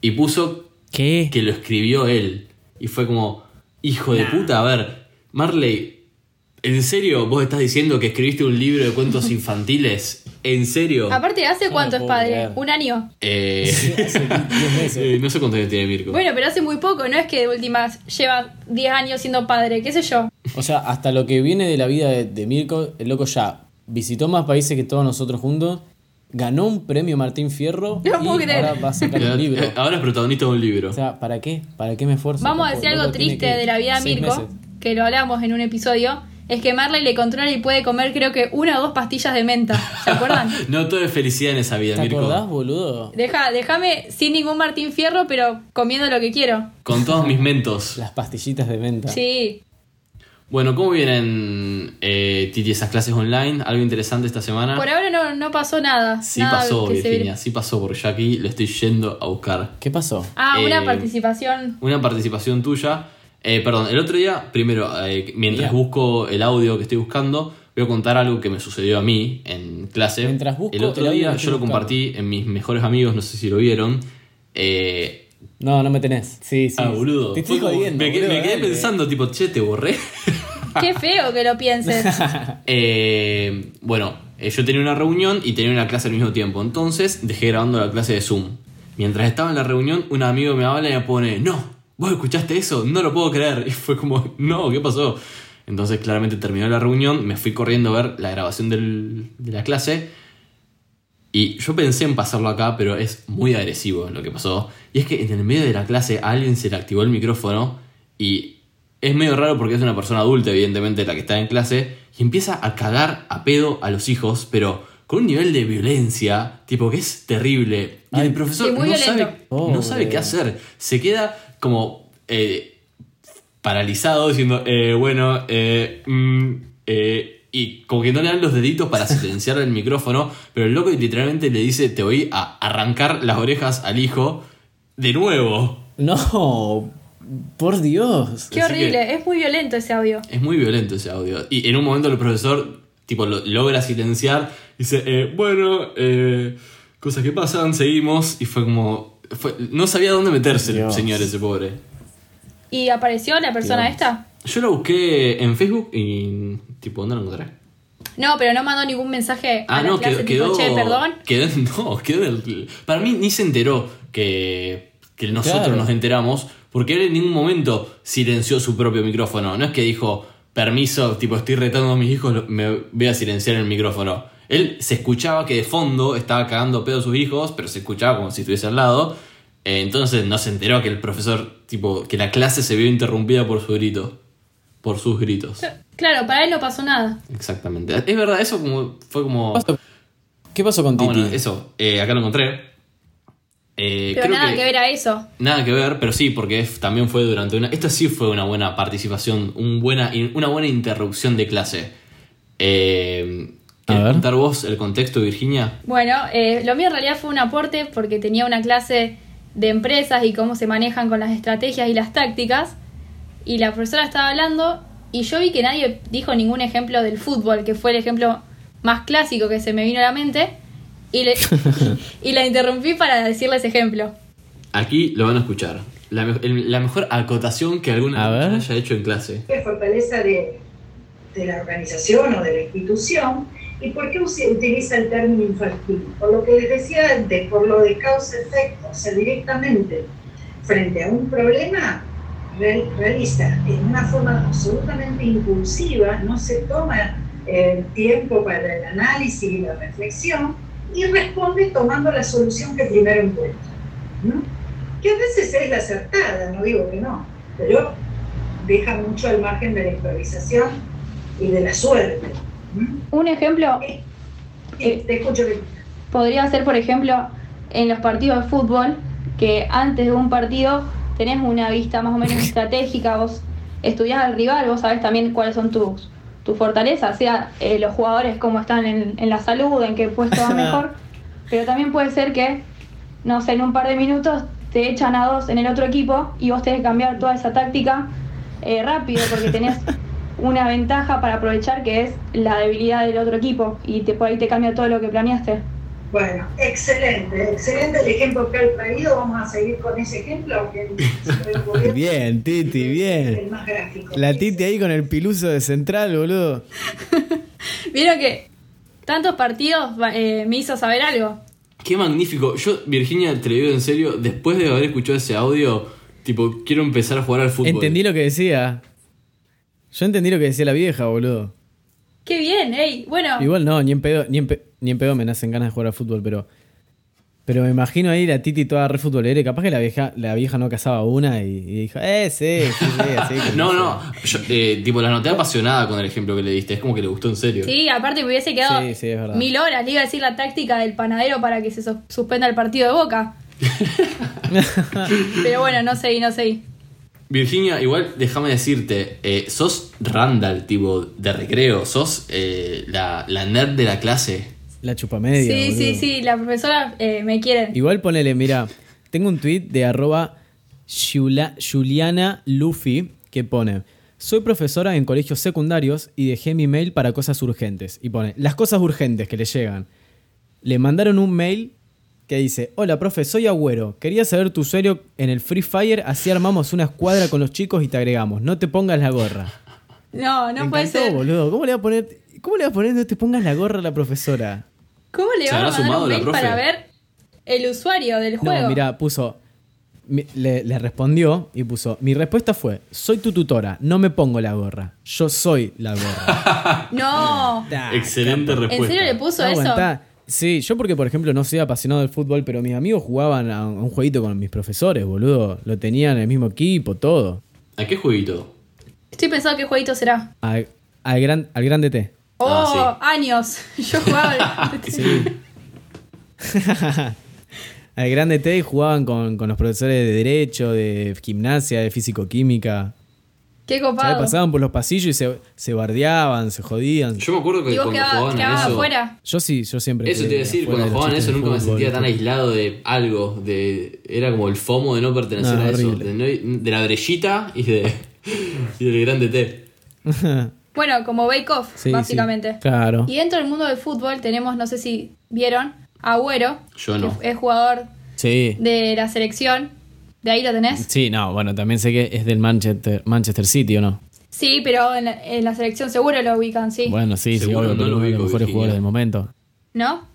[SPEAKER 3] y puso
[SPEAKER 1] ¿Qué?
[SPEAKER 3] que lo escribió él. Y fue como, hijo de puta, a ver, Marley, ¿en serio vos estás diciendo que escribiste un libro de cuentos infantiles? ¿En serio?
[SPEAKER 2] Aparte, ¿hace
[SPEAKER 4] no
[SPEAKER 2] cuánto es
[SPEAKER 4] puedo
[SPEAKER 2] padre?
[SPEAKER 4] creer.
[SPEAKER 2] ¿Un año?
[SPEAKER 3] Eh,
[SPEAKER 4] Hace 10 meses.
[SPEAKER 3] eh, no sé cuánto años tiene Mirko.
[SPEAKER 2] Bueno, pero hace muy poco, no es que de últimas lleva 10 años siendo padre, qué sé yo.
[SPEAKER 4] O sea, hasta lo que viene de la vida de, de Mirko, el loco ya visitó más países que todos nosotros juntos, ganó un premio Martín Fierro
[SPEAKER 2] No
[SPEAKER 4] y
[SPEAKER 2] puedo creer.
[SPEAKER 4] ahora va a sacar
[SPEAKER 3] Eh,
[SPEAKER 4] un libro.
[SPEAKER 3] eh, Ahora es protagonista de un libro.
[SPEAKER 4] O sea, ¿para qué? ¿Para qué me esfuerzo?
[SPEAKER 2] Vamos a
[SPEAKER 4] Loco,
[SPEAKER 2] decir algo
[SPEAKER 4] loco, tiene
[SPEAKER 2] triste
[SPEAKER 4] que-
[SPEAKER 2] de la vida de
[SPEAKER 4] seis
[SPEAKER 2] Mirko,
[SPEAKER 4] meses.
[SPEAKER 2] que lo hablamos en un episodio, es que Marley le controla y puede comer creo que una o dos pastillas de menta, ¿se acuerdan?
[SPEAKER 3] No todo es felicidad en esa vida,
[SPEAKER 4] ¿Te
[SPEAKER 3] Mirko.
[SPEAKER 4] acordás, boludo?
[SPEAKER 2] Deja, déjame sin ningún Martín Fierro, pero comiendo lo que quiero.
[SPEAKER 3] Con todos mis mentos.
[SPEAKER 4] Las pastillitas de
[SPEAKER 3] Ah.
[SPEAKER 4] menta.
[SPEAKER 2] Sí.
[SPEAKER 3] Bueno, ¿cómo vienen, eh, Titi, esas clases online? ¿Algo interesante esta semana?
[SPEAKER 2] Por ahora no, no pasó nada.
[SPEAKER 3] Ah. sí
[SPEAKER 2] nada
[SPEAKER 3] pasó,
[SPEAKER 2] que se ve-
[SPEAKER 3] Virginia, sí pasó, porque yo aquí lo estoy yendo a buscar.
[SPEAKER 4] ¿Qué pasó?
[SPEAKER 2] Ah, una
[SPEAKER 3] Eh,
[SPEAKER 2] participación.
[SPEAKER 3] Una participación tuya. Eh, perdón, el otro día, primero, eh, mientras
[SPEAKER 4] Mira.
[SPEAKER 3] busco el audio que estoy buscando, voy a contar algo que me sucedió a mí en clase.
[SPEAKER 4] Mientras busco
[SPEAKER 3] el otro
[SPEAKER 4] el audio
[SPEAKER 3] día
[SPEAKER 4] que estoy
[SPEAKER 3] yo lo
[SPEAKER 4] buscando.
[SPEAKER 3] compartí en mis mejores amigos, no sé si lo vieron. Eh,
[SPEAKER 4] No, no me tenés. Sí, sí.
[SPEAKER 3] ah, boludo.
[SPEAKER 4] Te estoy
[SPEAKER 3] Fue como-
[SPEAKER 4] jodiendo.
[SPEAKER 3] me, quedé-
[SPEAKER 4] boludo,
[SPEAKER 3] me quedé
[SPEAKER 4] dale.
[SPEAKER 3] pensando, tipo, che, te borré.
[SPEAKER 2] Qué feo que lo pienses.
[SPEAKER 3] Eh, bueno, eh, yo tenía una reunión y tenía una clase al mismo tiempo. Entonces dejé grabando la clase de Zoom. Mientras estaba en la reunión, un amigo me habla y me pone, no, vos escuchaste eso, no lo puedo creer. Y fue como, no, ¿qué pasó? Entonces claramente terminó la reunión, me fui corriendo a ver la grabación del- de la clase. Y yo pensé en pasarlo acá, pero es muy agresivo lo que pasó. Y es que en el medio de la clase a alguien se le activó el micrófono y es medio raro porque es una persona adulta, evidentemente, la que está en clase, y empieza a cagar a pedo a los hijos, pero con un nivel de violencia, tipo que es terrible. Y el profesor
[SPEAKER 2] sí, muy
[SPEAKER 3] no
[SPEAKER 2] violento.
[SPEAKER 3] sabe, no sabe
[SPEAKER 4] Pobre.
[SPEAKER 3] qué hacer. Se queda como eh, paralizado diciendo, eh, bueno, eh, mm, eh, y como que no le dan los deditos para silenciar el micrófono, pero el loco literalmente le dice, te voy a arrancar las orejas al hijo de nuevo.
[SPEAKER 4] No, por Dios.
[SPEAKER 2] Qué
[SPEAKER 3] así
[SPEAKER 2] horrible. Es muy violento ese audio.
[SPEAKER 3] Es muy violento ese audio. Y en un momento el profesor, tipo, lo- logra silenciar, dice, eh, bueno, eh, cosas que pasan, seguimos, y fue como... fue- no sabía dónde meterse el
[SPEAKER 4] Dios.
[SPEAKER 3] señor ese pobre.
[SPEAKER 2] ¿Y apareció la persona
[SPEAKER 4] Dios.
[SPEAKER 2] esta?
[SPEAKER 3] Yo lo busqué en Facebook y, tipo, no lo encontré.
[SPEAKER 2] No, pero no mandó ningún mensaje a
[SPEAKER 3] Ah,
[SPEAKER 2] la
[SPEAKER 3] no,
[SPEAKER 2] clase
[SPEAKER 3] quedó,
[SPEAKER 2] tipo,
[SPEAKER 3] quedó.
[SPEAKER 2] che, perdón.
[SPEAKER 3] Quedó, no, quedó en el- Para mí ni se enteró que, que nosotros
[SPEAKER 4] Claro.
[SPEAKER 3] nos enteramos, porque él en ningún momento silenció su propio micrófono. No es que dijo, permiso, tipo, estoy retando a mis hijos, lo- me voy a silenciar el micrófono. Él se escuchaba que de fondo estaba cagando pedo a sus hijos, pero se escuchaba como si estuviese al lado. Eh, Entonces no se enteró que el profesor, tipo, que la clase se vio interrumpida por su grito. Por sus gritos.
[SPEAKER 2] Claro, para él no pasó nada.
[SPEAKER 3] Exactamente. Es verdad, eso como, fue como.
[SPEAKER 4] ¿Qué pasó con
[SPEAKER 3] Ah,
[SPEAKER 4] Titi?
[SPEAKER 3] bueno, eso, eh, acá lo encontré. Eh,
[SPEAKER 2] Pero
[SPEAKER 3] creo
[SPEAKER 2] nada que... ver a eso.
[SPEAKER 3] Nada que ver, pero sí, porque es- también fue durante una. Esta sí fue una buena participación, un buena, in- una buena interrupción de clase. Eh, ¿querés
[SPEAKER 4] ver.
[SPEAKER 3] contar vos el contexto, Virginia?
[SPEAKER 2] Bueno, eh, lo mío en realidad fue un aporte porque tenía una clase de empresas y cómo se manejan con las estrategias y las tácticas. Y la profesora estaba hablando y yo vi que nadie dijo ningún ejemplo del fútbol, que fue el ejemplo más clásico que se me vino a la mente. Y, le- y la interrumpí para decirle ese ejemplo.
[SPEAKER 3] Aquí lo van a escuchar. La, me- el- la mejor acotación que alguna
[SPEAKER 1] A ver.
[SPEAKER 3] persona haya hecho en clase.
[SPEAKER 5] qué fortaleza de, de la organización o de la institución y por qué se utiliza el término infantil. Por lo que les decía antes, por lo de causa-efecto, o sea, directamente frente a un problema re- realiza en una forma absolutamente impulsiva, no se toma el tiempo para el análisis y la reflexión y responde tomando la solución que primero encuentra. ¿no? Que a veces es la acertada, no digo que no, pero deja mucho al margen de la improvisación y de la suerte. ¿Mm?
[SPEAKER 2] Un ejemplo
[SPEAKER 5] Sí, te escucho que
[SPEAKER 2] podría ser, por ejemplo, en los partidos de fútbol, que antes de un partido tenés una vista más o menos estratégica, vos estudiás al rival, vos sabés también cuáles son tus tu fortaleza, sea eh, los jugadores cómo están en, en la salud, en qué puesto van mejor, pero también puede ser que, no sé, en un par de minutos te echan a dos en el otro equipo y vos tenés que cambiar toda esa táctica eh, rápido porque tenés una ventaja para aprovechar que es la debilidad del otro equipo y te, por ahí te cambia todo lo que planeaste.
[SPEAKER 5] Bueno, excelente, excelente el ejemplo que han traído. Vamos a seguir con ese ejemplo. aunque se me ocurrió
[SPEAKER 1] Bien, Titi,
[SPEAKER 5] El
[SPEAKER 1] bien.
[SPEAKER 5] más gráfico.
[SPEAKER 1] La Titi ahí con el piluso de central, boludo.
[SPEAKER 2] Vieron que tantos partidos eh, me hizo saber algo.
[SPEAKER 3] Qué magnífico. Yo, Virginia, te lo digo en serio, después de haber escuchado ese audio, tipo, quiero empezar a jugar al fútbol.
[SPEAKER 1] Entendí lo que decía. Yo entendí lo que decía la vieja, boludo.
[SPEAKER 2] ¡Qué bien! ¡Ey! Bueno,
[SPEAKER 1] Igual no, ni en pedo, ni en pe- ni en pedo me nacen ganas de jugar al fútbol, pero. Pero me imagino ahí la Titi toda re futbolera y capaz que la vieja, la vieja no casaba una y, y dijo, eh, sí, sí, sí, así. como
[SPEAKER 3] No,
[SPEAKER 1] dice.
[SPEAKER 3] no. Yo, eh, tipo, la noté apasionada con el ejemplo que le diste. Es como que le gustó en serio.
[SPEAKER 2] sí, aparte me hubiese quedado
[SPEAKER 1] Sí, sí, es verdad.
[SPEAKER 2] mil horas. Le iba a decir la táctica del panadero para que se sus- suspenda el partido de Boca. Pero bueno, no seguí, no seguí.
[SPEAKER 3] Virginia, igual déjame decirte, eh, sos Randall, tipo, de recreo. Sos eh, la, la nerd de la clase.
[SPEAKER 1] La chupamedia.
[SPEAKER 2] sí, sí,
[SPEAKER 1] boludo.
[SPEAKER 2] sí, la profesora eh, me quiere.
[SPEAKER 1] Igual ponele, mira, tengo un tweet de arroba Giula- Juliana Luffy que pone, soy profesora en colegios secundarios y dejé mi mail para cosas urgentes. Y pone, las cosas urgentes que le llegan. Le mandaron un mail que dice, hola profe, soy Agüero, quería saber tu usuario en el Free Fire, así armamos una escuadra con los chicos y te agregamos, no te pongas la gorra.
[SPEAKER 2] No, no
[SPEAKER 1] Me
[SPEAKER 2] puede
[SPEAKER 1] encantó,
[SPEAKER 2] ser.
[SPEAKER 1] boludo. ¿Cómo le va a poner, cómo le va a poner no te pongas la gorra a la profesora?
[SPEAKER 2] ¿Cómo le
[SPEAKER 3] ¿Se
[SPEAKER 2] van a
[SPEAKER 3] habrá
[SPEAKER 2] mandar
[SPEAKER 3] sumado
[SPEAKER 2] un
[SPEAKER 3] la
[SPEAKER 2] mail
[SPEAKER 3] profe?
[SPEAKER 2] para ver el usuario del juego?
[SPEAKER 1] No, mira, puso. mi- Le, le respondió y puso: Mi respuesta fue: Soy tu tutora, no me pongo la gorra. Yo soy la gorra.
[SPEAKER 2] No.
[SPEAKER 1] Ah,
[SPEAKER 3] Excelente
[SPEAKER 2] ¿En
[SPEAKER 3] respuesta.
[SPEAKER 2] serio le puso
[SPEAKER 1] no
[SPEAKER 2] eso?
[SPEAKER 1] aguantá. Sí, yo porque, por ejemplo, no soy apasionado del fútbol, pero mis amigos jugaban a un a un jueguito con mis profesores, boludo. Lo tenían en el mismo equipo, todo.
[SPEAKER 3] ¿A qué jueguito?
[SPEAKER 2] Estoy pensando qué jueguito será.
[SPEAKER 1] Al, al gran, al gran DT.
[SPEAKER 2] Oh,
[SPEAKER 3] Ah,
[SPEAKER 2] años. Yo jugaba.
[SPEAKER 1] Al gran DT y jugaban con, con los profesores de Derecho, de Gimnasia, de Físico-Química.
[SPEAKER 2] Qué
[SPEAKER 1] Se la
[SPEAKER 2] copado.
[SPEAKER 1] pasaban por los pasillos y se, se bardeaban, se jodían.
[SPEAKER 3] Yo me acuerdo que
[SPEAKER 2] ¿Y vos
[SPEAKER 3] cuando
[SPEAKER 2] quedabas,
[SPEAKER 3] jugaban a
[SPEAKER 2] quedabas
[SPEAKER 3] eso.
[SPEAKER 2] afuera?
[SPEAKER 1] Yo sí, yo siempre.
[SPEAKER 3] Eso te
[SPEAKER 1] estuve
[SPEAKER 3] iba a decir,
[SPEAKER 1] afuera de
[SPEAKER 3] cuando
[SPEAKER 1] los
[SPEAKER 3] jugaban a eso
[SPEAKER 1] chistes del
[SPEAKER 3] nunca me
[SPEAKER 1] fútbol,
[SPEAKER 3] sentía tan
[SPEAKER 1] ¿viste?
[SPEAKER 3] aislado de algo. De, era como el FOMO de no pertenecer
[SPEAKER 1] No,
[SPEAKER 3] a eso.
[SPEAKER 1] horrible.
[SPEAKER 3] De, no- de la brechita y, de, y del grande té.
[SPEAKER 2] Bueno, como Bake Off,
[SPEAKER 1] Sí,
[SPEAKER 2] básicamente.
[SPEAKER 1] sí, claro.
[SPEAKER 2] Y dentro del mundo del fútbol tenemos, no sé si vieron, Agüero.
[SPEAKER 3] Yo no.
[SPEAKER 2] Que es jugador
[SPEAKER 1] Sí.
[SPEAKER 2] de la selección. ¿De ahí lo tenés?
[SPEAKER 1] Sí, no, bueno, también sé que es del Manchester, Manchester City, ¿o no?
[SPEAKER 2] Sí, pero en la, en la selección seguro lo ubican, sí.
[SPEAKER 1] Bueno, sí, sí,
[SPEAKER 3] Seguro
[SPEAKER 1] obvio,
[SPEAKER 3] no
[SPEAKER 1] pero
[SPEAKER 3] lo
[SPEAKER 1] uno de los
[SPEAKER 3] ubico,
[SPEAKER 1] mejores
[SPEAKER 3] Virginia.
[SPEAKER 1] jugadores del momento.
[SPEAKER 2] ¿No?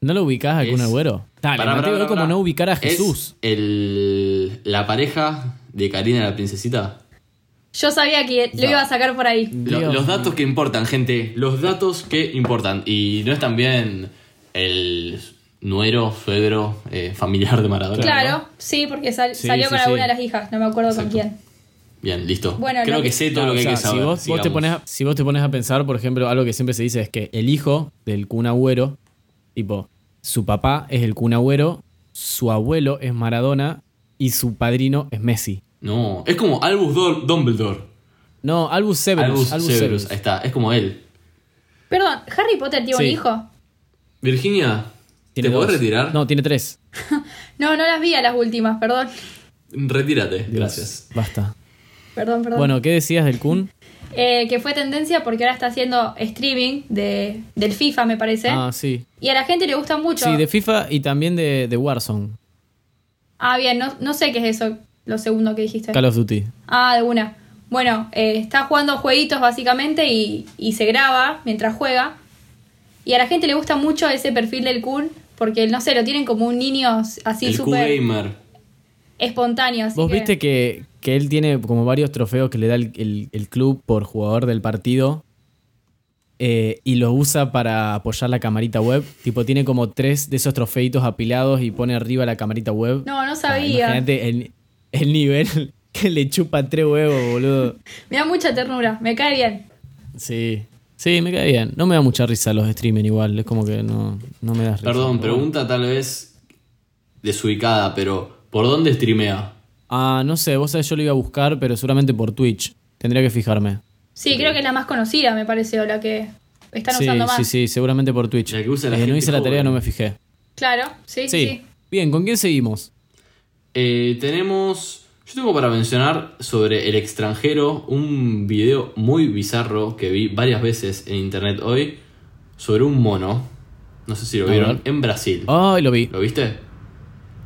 [SPEAKER 1] ¿No lo ubicás a Kun
[SPEAKER 3] Es-
[SPEAKER 1] Agüero? Dale,
[SPEAKER 3] Pará,
[SPEAKER 1] Mateo,
[SPEAKER 3] pará,
[SPEAKER 1] es
[SPEAKER 3] pará,
[SPEAKER 1] como
[SPEAKER 3] pará.
[SPEAKER 1] no ubicar a
[SPEAKER 3] Es
[SPEAKER 1] Jesús.
[SPEAKER 3] el, la pareja de Karina la princesita.
[SPEAKER 2] Yo sabía que lo iba a sacar por ahí.
[SPEAKER 3] Lo-
[SPEAKER 1] Dios
[SPEAKER 3] los datos que importan, gente. Los datos que importan. Y no es también el nuero, suegro, eh, familiar de Maradona.
[SPEAKER 2] Claro,
[SPEAKER 3] ¿no?
[SPEAKER 2] sí, porque sal-
[SPEAKER 1] Sí,
[SPEAKER 2] salió
[SPEAKER 1] sí,
[SPEAKER 2] con
[SPEAKER 1] sí.
[SPEAKER 2] alguna de las hijas, no me acuerdo
[SPEAKER 3] Exacto.
[SPEAKER 2] con quién.
[SPEAKER 3] Bien, listo.
[SPEAKER 2] Bueno,
[SPEAKER 3] Creo
[SPEAKER 2] lo
[SPEAKER 3] que
[SPEAKER 2] que-
[SPEAKER 3] sé todo lo que
[SPEAKER 1] O sea,
[SPEAKER 3] hay que saber.
[SPEAKER 1] si, vos, vos te
[SPEAKER 3] sigamos.
[SPEAKER 1] pones a, si vos te pones a pensar, por ejemplo, algo que siempre se dice es que el hijo del Kun Agüero, tipo, su papá es el Kun Agüero, su abuelo es Maradona y su padrino es Messi.
[SPEAKER 3] No, es como Albus Dor- Dumbledore.
[SPEAKER 1] No, Albus Severus.
[SPEAKER 3] Albus,
[SPEAKER 1] Albus
[SPEAKER 3] Severus,
[SPEAKER 1] Severus.
[SPEAKER 3] ahí está, es como él.
[SPEAKER 2] Perdón, ¿Harry Potter tiene
[SPEAKER 1] Sí.
[SPEAKER 2] un hijo?
[SPEAKER 3] Virginia, ¿te
[SPEAKER 1] dos.
[SPEAKER 3] podés retirar?
[SPEAKER 1] No, tiene tres.
[SPEAKER 2] No, no las vi a las últimas, perdón.
[SPEAKER 3] Retírate,
[SPEAKER 1] Dios,
[SPEAKER 3] gracias.
[SPEAKER 1] Basta.
[SPEAKER 2] Perdón, perdón.
[SPEAKER 1] Bueno, ¿qué decías del Kun?
[SPEAKER 2] Eh, que fue tendencia porque ahora está haciendo streaming de, del FIFA, me parece.
[SPEAKER 1] Ah, sí.
[SPEAKER 2] Y a la gente le gusta mucho.
[SPEAKER 1] Sí, de FIFA y también de, de Warzone.
[SPEAKER 2] Ah, bien, no, no sé qué es eso, lo segundo que dijiste.
[SPEAKER 1] Call of Duty.
[SPEAKER 2] Ah, de una. Bueno, eh, está jugando jueguitos básicamente y, y se graba mientras juega. Y a la gente le gusta mucho ese perfil del Kun porque, no sé, lo tienen como un niño así
[SPEAKER 3] el
[SPEAKER 2] súper
[SPEAKER 3] Q-Gamer.
[SPEAKER 2] espontáneo. así
[SPEAKER 1] Vos
[SPEAKER 2] que-
[SPEAKER 1] viste que, que él tiene como varios trofeos que le da el, el- el club por jugador del partido eh, y los usa para apoyar la camarita web. Tipo, tiene como tres de esos trofeitos apilados y pone arriba la camarita web.
[SPEAKER 2] No, no
[SPEAKER 1] Ah,
[SPEAKER 2] sabía.
[SPEAKER 1] Imagínate el, el nivel que le chupa tres huevos, boludo.
[SPEAKER 2] me da mucha ternura, me cae bien.
[SPEAKER 1] Sí. Sí, me cae bien. No me da mucha risa los streamers igual. Es como que no, no me da risa.
[SPEAKER 3] Perdón,
[SPEAKER 1] pero bueno.
[SPEAKER 3] pregunta tal vez desubicada, pero ¿por dónde streamea?
[SPEAKER 1] Ah, no sé, vos sabés, yo lo iba a buscar, pero seguramente por Twitch. Tendría que fijarme.
[SPEAKER 2] Sí, creo que es la más conocida, me parece, o la que están
[SPEAKER 1] sí,
[SPEAKER 2] usando más.
[SPEAKER 1] sí, sí, seguramente por Twitch.
[SPEAKER 3] La que usa la
[SPEAKER 1] Eh, no
[SPEAKER 3] gente
[SPEAKER 1] hice la tarea,
[SPEAKER 3] joven.
[SPEAKER 1] no me fijé.
[SPEAKER 2] Claro, sí, sí.
[SPEAKER 1] Sí.
[SPEAKER 2] sí.
[SPEAKER 1] Bien, ¿con quién seguimos?
[SPEAKER 3] Eh, tenemos. Yo tengo para mencionar sobre El extranjero un video muy bizarro que vi varias veces en internet hoy sobre un mono. No sé si lo
[SPEAKER 1] A
[SPEAKER 3] vieron.
[SPEAKER 1] ver.
[SPEAKER 3] En Brasil.
[SPEAKER 1] Ay, lo vi.
[SPEAKER 3] ¿Lo viste?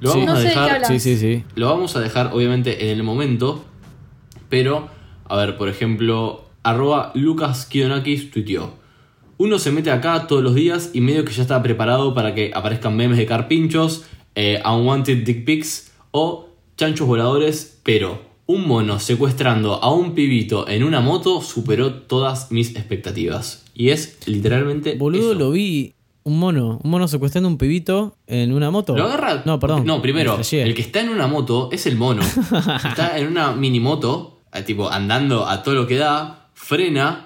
[SPEAKER 3] Lo
[SPEAKER 1] Sí.
[SPEAKER 3] vamos
[SPEAKER 2] No
[SPEAKER 3] a
[SPEAKER 2] sé de qué
[SPEAKER 3] dejar.
[SPEAKER 2] hablas.
[SPEAKER 1] Sí, sí, sí.
[SPEAKER 3] Lo vamos a dejar obviamente en el momento, pero, a ver, por ejemplo, arroba Lucas Kionakis tuiteó. Uno se mete acá todos los días y medio que ya está preparado para que aparezcan memes de carpinchos, eh, unwanted dick pics o chanchos voladores, pero un mono secuestrando a un pibito en una moto superó todas mis expectativas. Y es literalmente
[SPEAKER 1] Boludo,
[SPEAKER 3] Eh, eso.
[SPEAKER 1] lo vi. Un mono. Un mono secuestrando un pibito en una moto.
[SPEAKER 3] Lo agarra.
[SPEAKER 1] No, perdón.
[SPEAKER 3] No, primero,
[SPEAKER 1] Me flashé.
[SPEAKER 3] el que está en una moto es el mono. está en una minimoto, eh, tipo, andando a todo lo que da, frena,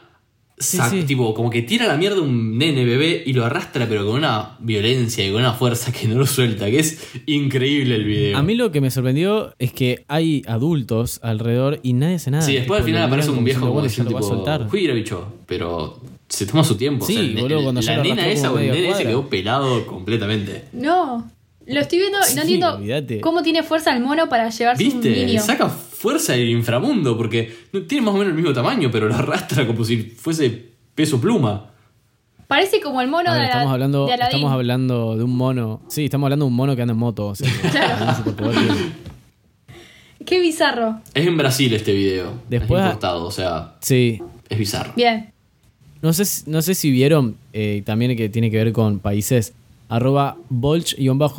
[SPEAKER 1] Sí,
[SPEAKER 3] sac-
[SPEAKER 1] sí.
[SPEAKER 3] tipo, como que tira a la mierda un nene bebé y lo arrastra, pero con una violencia y con una fuerza que no lo suelta, que es increíble el video.
[SPEAKER 1] A mí lo que me sorprendió es que hay adultos alrededor y nadie hace nada.
[SPEAKER 3] sí,
[SPEAKER 1] Tipo,
[SPEAKER 3] después al final
[SPEAKER 1] lo
[SPEAKER 3] aparece
[SPEAKER 1] miran
[SPEAKER 3] un viejo
[SPEAKER 1] diciendo,
[SPEAKER 3] como
[SPEAKER 1] "Bueno, ya
[SPEAKER 3] diciendo,
[SPEAKER 1] lo va a
[SPEAKER 3] tipo,
[SPEAKER 1] soltar".
[SPEAKER 3] "Juira, bicho, pero se toma su tiempo.
[SPEAKER 1] Sí,
[SPEAKER 3] o sea, el-
[SPEAKER 1] boludo,
[SPEAKER 3] el-
[SPEAKER 1] cuando ya
[SPEAKER 3] la
[SPEAKER 1] lo
[SPEAKER 3] nena
[SPEAKER 1] arrastró
[SPEAKER 3] esa
[SPEAKER 1] como
[SPEAKER 3] o el
[SPEAKER 1] media
[SPEAKER 3] nene ese
[SPEAKER 1] cuadra.
[SPEAKER 3] quedó pelado completamente.
[SPEAKER 2] No, lo estoy viendo y
[SPEAKER 1] Sí,
[SPEAKER 2] no entiendo
[SPEAKER 1] olvídate.
[SPEAKER 2] cómo tiene fuerza el mono para llevarse un
[SPEAKER 3] ¿Viste?
[SPEAKER 2] niño.
[SPEAKER 3] Saca fuerza del inframundo porque no- tiene más o menos el mismo tamaño, pero lo arrastra como si fuese peso pluma.
[SPEAKER 2] Parece como el mono
[SPEAKER 1] A ver,
[SPEAKER 2] de,
[SPEAKER 1] estamos
[SPEAKER 2] Ala-
[SPEAKER 1] hablando,
[SPEAKER 2] de Aladín.
[SPEAKER 1] estamos hablando de un mono. Sí, estamos hablando de un mono que anda en moto. o sea, algún superpoder tiene.
[SPEAKER 2] Qué bizarro.
[SPEAKER 3] Es en Brasil este video.
[SPEAKER 1] Después-
[SPEAKER 3] es importado, o sea,
[SPEAKER 1] Sí.
[SPEAKER 3] es bizarro.
[SPEAKER 2] Bien.
[SPEAKER 1] No sé, si- no sé si vieron eh, también que tiene que ver con países. Arroba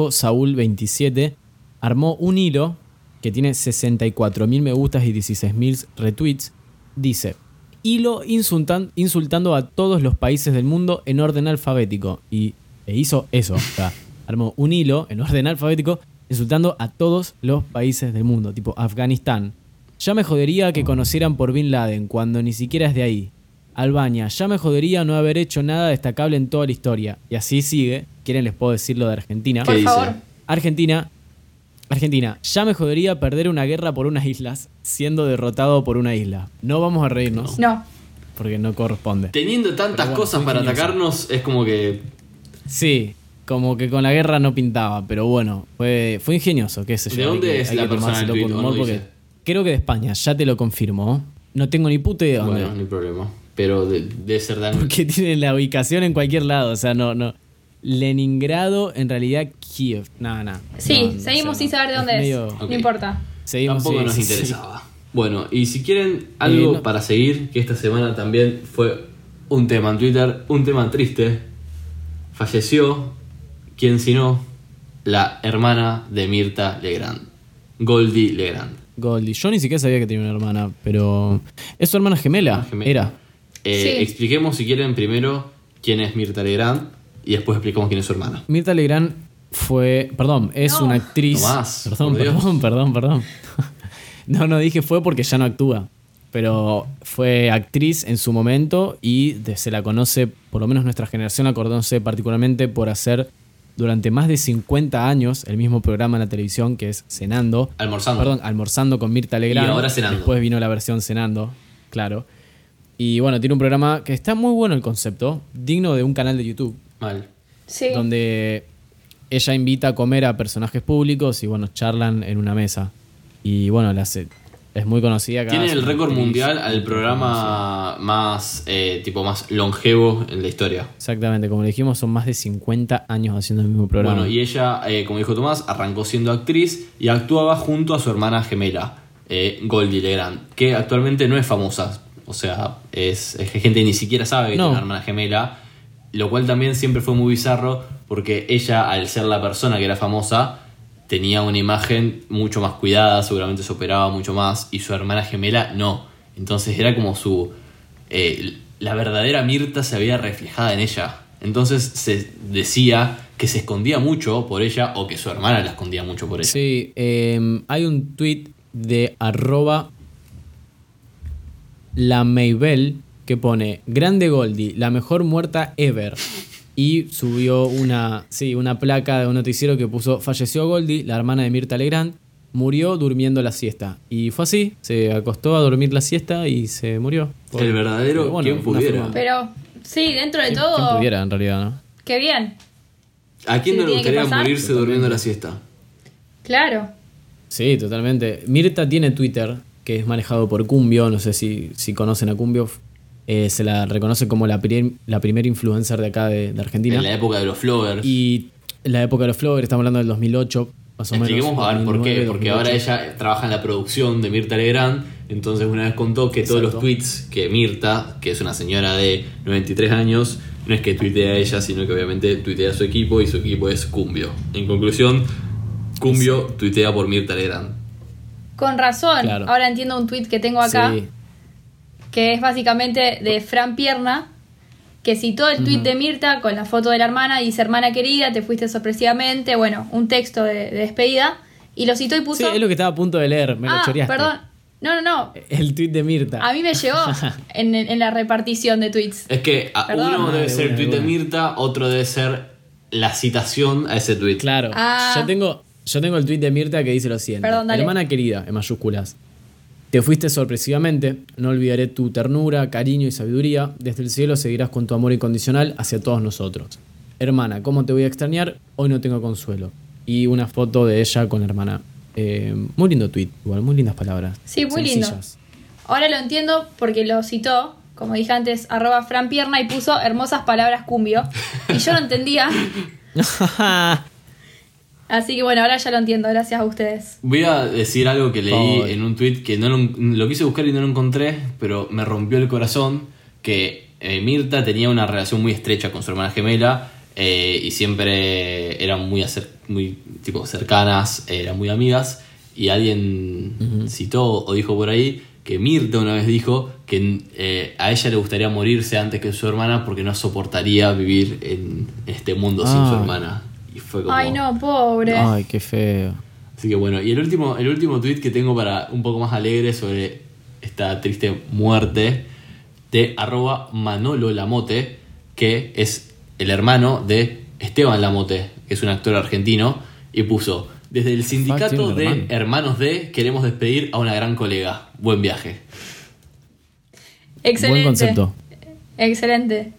[SPEAKER 1] Bolch-Saúl27 armó un hilo que tiene 64.000 me gustas y 16.000 retweets. Dice: Hilo insultan- insultando a todos los países del mundo en orden alfabético. Y e hizo eso. O sea, armó un hilo en orden alfabético insultando a todos los países del mundo. Tipo Afganistán. Ya me jodería que conocieran por Bin Laden cuando ni siquiera es de ahí. Albania, ya me jodería no haber hecho nada destacable en toda la historia. Y así sigue. Quieren les puedo decir lo de Argentina.
[SPEAKER 3] ¿Qué
[SPEAKER 2] Por
[SPEAKER 3] dice?
[SPEAKER 2] favor.
[SPEAKER 1] Argentina. Argentina, ya me jodería perder una guerra por unas islas, siendo derrotado por una isla. No vamos a reírnos,
[SPEAKER 2] No.
[SPEAKER 1] porque no corresponde.
[SPEAKER 3] Teniendo tantas
[SPEAKER 1] bueno,
[SPEAKER 3] cosas
[SPEAKER 1] soy
[SPEAKER 3] para
[SPEAKER 1] ingenioso.
[SPEAKER 3] atacarnos, es como que.
[SPEAKER 1] Sí, como que con la guerra no pintaba, pero bueno, fue, fue ingenioso, qué sé yo.
[SPEAKER 3] ¿De
[SPEAKER 1] hay
[SPEAKER 3] dónde
[SPEAKER 1] que-
[SPEAKER 3] es
[SPEAKER 1] hay
[SPEAKER 3] la
[SPEAKER 1] que
[SPEAKER 3] persona del
[SPEAKER 1] tomárselo
[SPEAKER 3] tuit?
[SPEAKER 1] con
[SPEAKER 3] ¿O no
[SPEAKER 1] humor porque
[SPEAKER 3] dice?
[SPEAKER 1] Creo que de España, ya te lo confirmo. No tengo ni puta idea de dónde.
[SPEAKER 3] Bueno, no hay problema. Pero de- debe ser de
[SPEAKER 1] Porque tiene la ubicación en cualquier lado, o sea, no, no. Leningrado, en realidad Kiev. No, no.
[SPEAKER 2] Sí,
[SPEAKER 1] no, no,
[SPEAKER 2] seguimos
[SPEAKER 1] o sea,
[SPEAKER 2] sin
[SPEAKER 1] no.
[SPEAKER 2] saber de dónde es.
[SPEAKER 1] medio-
[SPEAKER 3] Ok.
[SPEAKER 2] No importa.
[SPEAKER 1] Seguimos,
[SPEAKER 3] Tampoco
[SPEAKER 1] sí,
[SPEAKER 3] nos
[SPEAKER 1] sí, sí.
[SPEAKER 3] interesaba. Bueno, y si quieren algo
[SPEAKER 1] Eh, no.
[SPEAKER 3] para seguir, que esta semana también fue un tema en Twitter, un tema triste. Falleció, quien si no, la hermana de Mirta Legrand, Goldie Legrand.
[SPEAKER 1] Goldie. Yo ni siquiera sabía que tenía una hermana, pero. ¿Es su hermana gemela?
[SPEAKER 3] gemela.
[SPEAKER 1] Era.
[SPEAKER 3] Eh,
[SPEAKER 2] Sí.
[SPEAKER 3] Expliquemos si quieren primero quién es Mirta Legrand y después explicamos quién es su hermana.
[SPEAKER 1] Mirta Legrand fue. Perdón, es
[SPEAKER 2] No.
[SPEAKER 1] una actriz.
[SPEAKER 3] Tomás,
[SPEAKER 1] perdón,
[SPEAKER 3] por Dios.
[SPEAKER 1] perdón, perdón, perdón. no, no dije fue porque ya no actúa. Pero fue actriz en su momento y de- se la conoce, por lo menos nuestra generación la conoce particularmente por hacer durante más de 50 años el mismo programa en la televisión que es Cenando.
[SPEAKER 3] Almorzando.
[SPEAKER 1] Perdón, almorzando con Mirta Legrand.
[SPEAKER 3] ahora Cenando.
[SPEAKER 1] Después vino la versión Cenando, claro. Y bueno, tiene un programa que está muy bueno el concepto, digno de un canal de YouTube
[SPEAKER 3] Mal.
[SPEAKER 2] Sí.
[SPEAKER 1] donde ella invita a comer a personajes públicos y bueno, charlan en una mesa. Y bueno, la hace- es muy conocida. acá,
[SPEAKER 3] Tiene
[SPEAKER 1] es
[SPEAKER 3] el
[SPEAKER 1] una
[SPEAKER 3] récord
[SPEAKER 1] actriz.
[SPEAKER 3] mundial al programa más, eh, tipo, más longevo en la historia.
[SPEAKER 1] Exactamente, como le dijimos, son más de 50 años haciendo el mismo programa.
[SPEAKER 3] Bueno, y ella, eh, como dijo Tomás, arrancó siendo actriz y actuaba junto a su hermana gemela, eh, Goldie Legrand, que actualmente no es famosa. O sea, es, es que gente que ni siquiera sabe que
[SPEAKER 1] No.
[SPEAKER 3] tiene una hermana gemela, lo cual también siempre fue muy bizarro porque ella, al ser la persona que era famosa, tenía una imagen mucho más cuidada, seguramente se operaba mucho más, y su hermana gemela no. Entonces era como su... eh, la verdadera Mirta se había reflejada en ella. Entonces se decía que se escondía mucho por ella o que su hermana la escondía mucho por ella.
[SPEAKER 1] Sí, eh, hay un tweet de arroba la Maybell que pone Grande Goldie, la mejor muerta ever. Y subió una, sí, una placa de un noticiero que puso Falleció Goldie, la hermana de Mirta Legrand. murió durmiendo la siesta. Y fue así, se acostó a dormir la siesta y se murió. Por-
[SPEAKER 3] El verdadero
[SPEAKER 1] Pero bueno,
[SPEAKER 3] quien
[SPEAKER 1] una
[SPEAKER 3] pudiera.
[SPEAKER 1] forma-
[SPEAKER 2] Pero sí, dentro de
[SPEAKER 1] ¿Quién-
[SPEAKER 2] todo.
[SPEAKER 1] quién pudiera, en realidad, ¿no?
[SPEAKER 2] Qué bien.
[SPEAKER 3] ¿A quién
[SPEAKER 2] Sí,
[SPEAKER 3] no
[SPEAKER 2] tiene
[SPEAKER 3] le
[SPEAKER 2] que
[SPEAKER 3] gustaría
[SPEAKER 2] pasar.
[SPEAKER 3] morirse durmiendo la siesta?
[SPEAKER 2] Claro.
[SPEAKER 1] Sí, totalmente. Mirta tiene Twitter, que es manejado por Cumbio, no sé si, si conocen a Cumbio. Eh, se la reconoce como la, prim- la primera influencer de acá de, de Argentina.
[SPEAKER 3] En la época de los floggers.
[SPEAKER 1] Y la época de los flowers, estamos hablando del 2008, más o menos.
[SPEAKER 3] Expliquemos a ver por
[SPEAKER 1] 2009,
[SPEAKER 3] qué, porque ahora
[SPEAKER 1] 2008.
[SPEAKER 3] ella trabaja en la producción de Mirta Legrand, entonces una vez contó que todos los
[SPEAKER 1] Exacto.
[SPEAKER 3] tweets que Mirta, que es una señora de 93 años, no es que tuitea ella, sino que obviamente tuitea a su equipo y su equipo es Cumbio. En conclusión, Cumbio tuitea por Mirta Legrand.
[SPEAKER 2] Con razón.
[SPEAKER 1] Claro.
[SPEAKER 2] Ahora entiendo un tweet que tengo acá,
[SPEAKER 1] Sí,
[SPEAKER 2] que es básicamente de Fran Pierna, que citó el tweet de Mirta con la foto de la hermana y dice, hermana querida, te fuiste sorpresivamente. Bueno, un texto de, de despedida. Y lo citó y puso...
[SPEAKER 1] Sí, es lo que estaba a punto de leer, me
[SPEAKER 2] ah,
[SPEAKER 1] lo choreaste.
[SPEAKER 2] perdón. No, no, no.
[SPEAKER 1] El tweet de Mirta.
[SPEAKER 2] A mí me llegó en, en la repartición de tweets.
[SPEAKER 3] Es que a-
[SPEAKER 2] Perdón.
[SPEAKER 3] uno
[SPEAKER 2] Ah,
[SPEAKER 3] debe
[SPEAKER 1] de
[SPEAKER 3] ser el
[SPEAKER 1] una, de
[SPEAKER 3] tweet de
[SPEAKER 1] una.
[SPEAKER 3] Mirta, otro debe ser la citación a ese tweet.
[SPEAKER 1] Claro.
[SPEAKER 2] Ah.
[SPEAKER 1] Yo tengo, yo tengo el tweet de Mirta que dice lo siguiente.
[SPEAKER 2] Perdón, dale.
[SPEAKER 1] Hermana querida, en mayúsculas. Te fuiste sorpresivamente, no olvidaré tu ternura, cariño y sabiduría. Desde el cielo seguirás con tu amor incondicional hacia todos nosotros. Hermana, ¿cómo te voy a extrañar? Hoy no tengo consuelo. Y una foto de ella con la hermana. Eh, muy lindo tweet, igual, muy lindas palabras.
[SPEAKER 2] Sí, muy lindo.
[SPEAKER 1] Sencillas.
[SPEAKER 2] Ahora lo entiendo porque lo citó, como dije antes, arroba Fran Pierna y puso hermosas palabras cumbio. Y yo no entendía. Así que bueno, ahora ya lo entiendo, gracias a ustedes.
[SPEAKER 3] Voy a decir algo que leí
[SPEAKER 1] Ay.
[SPEAKER 3] en un tweet que no lo, lo quise buscar y no lo encontré, pero me rompió el corazón que eh, Mirta tenía una relación muy estrecha con su hermana gemela eh, y siempre eran muy, acer- muy tipo, cercanas, eran muy amigas y alguien citó o dijo por ahí que Mirta una vez dijo que eh, a ella le gustaría morirse antes que su hermana porque no soportaría vivir en este mundo sin su
[SPEAKER 1] Ah.
[SPEAKER 3] hermana. Y fue como...
[SPEAKER 2] Ay no, pobre.
[SPEAKER 1] Ay, qué feo.
[SPEAKER 3] Así que bueno, y el último, el último tweet que tengo para un poco más alegre sobre esta triste muerte de arroba Manolo Lamote, que es el hermano de Esteban Lamote, que es un actor argentino, y puso, desde el sindicato
[SPEAKER 1] Ah, tiene un
[SPEAKER 3] de
[SPEAKER 1] hermano.
[SPEAKER 3] hermanos de queremos despedir a una gran colega. Buen viaje.
[SPEAKER 2] Excelente.
[SPEAKER 1] Buen concepto.
[SPEAKER 2] Excelente.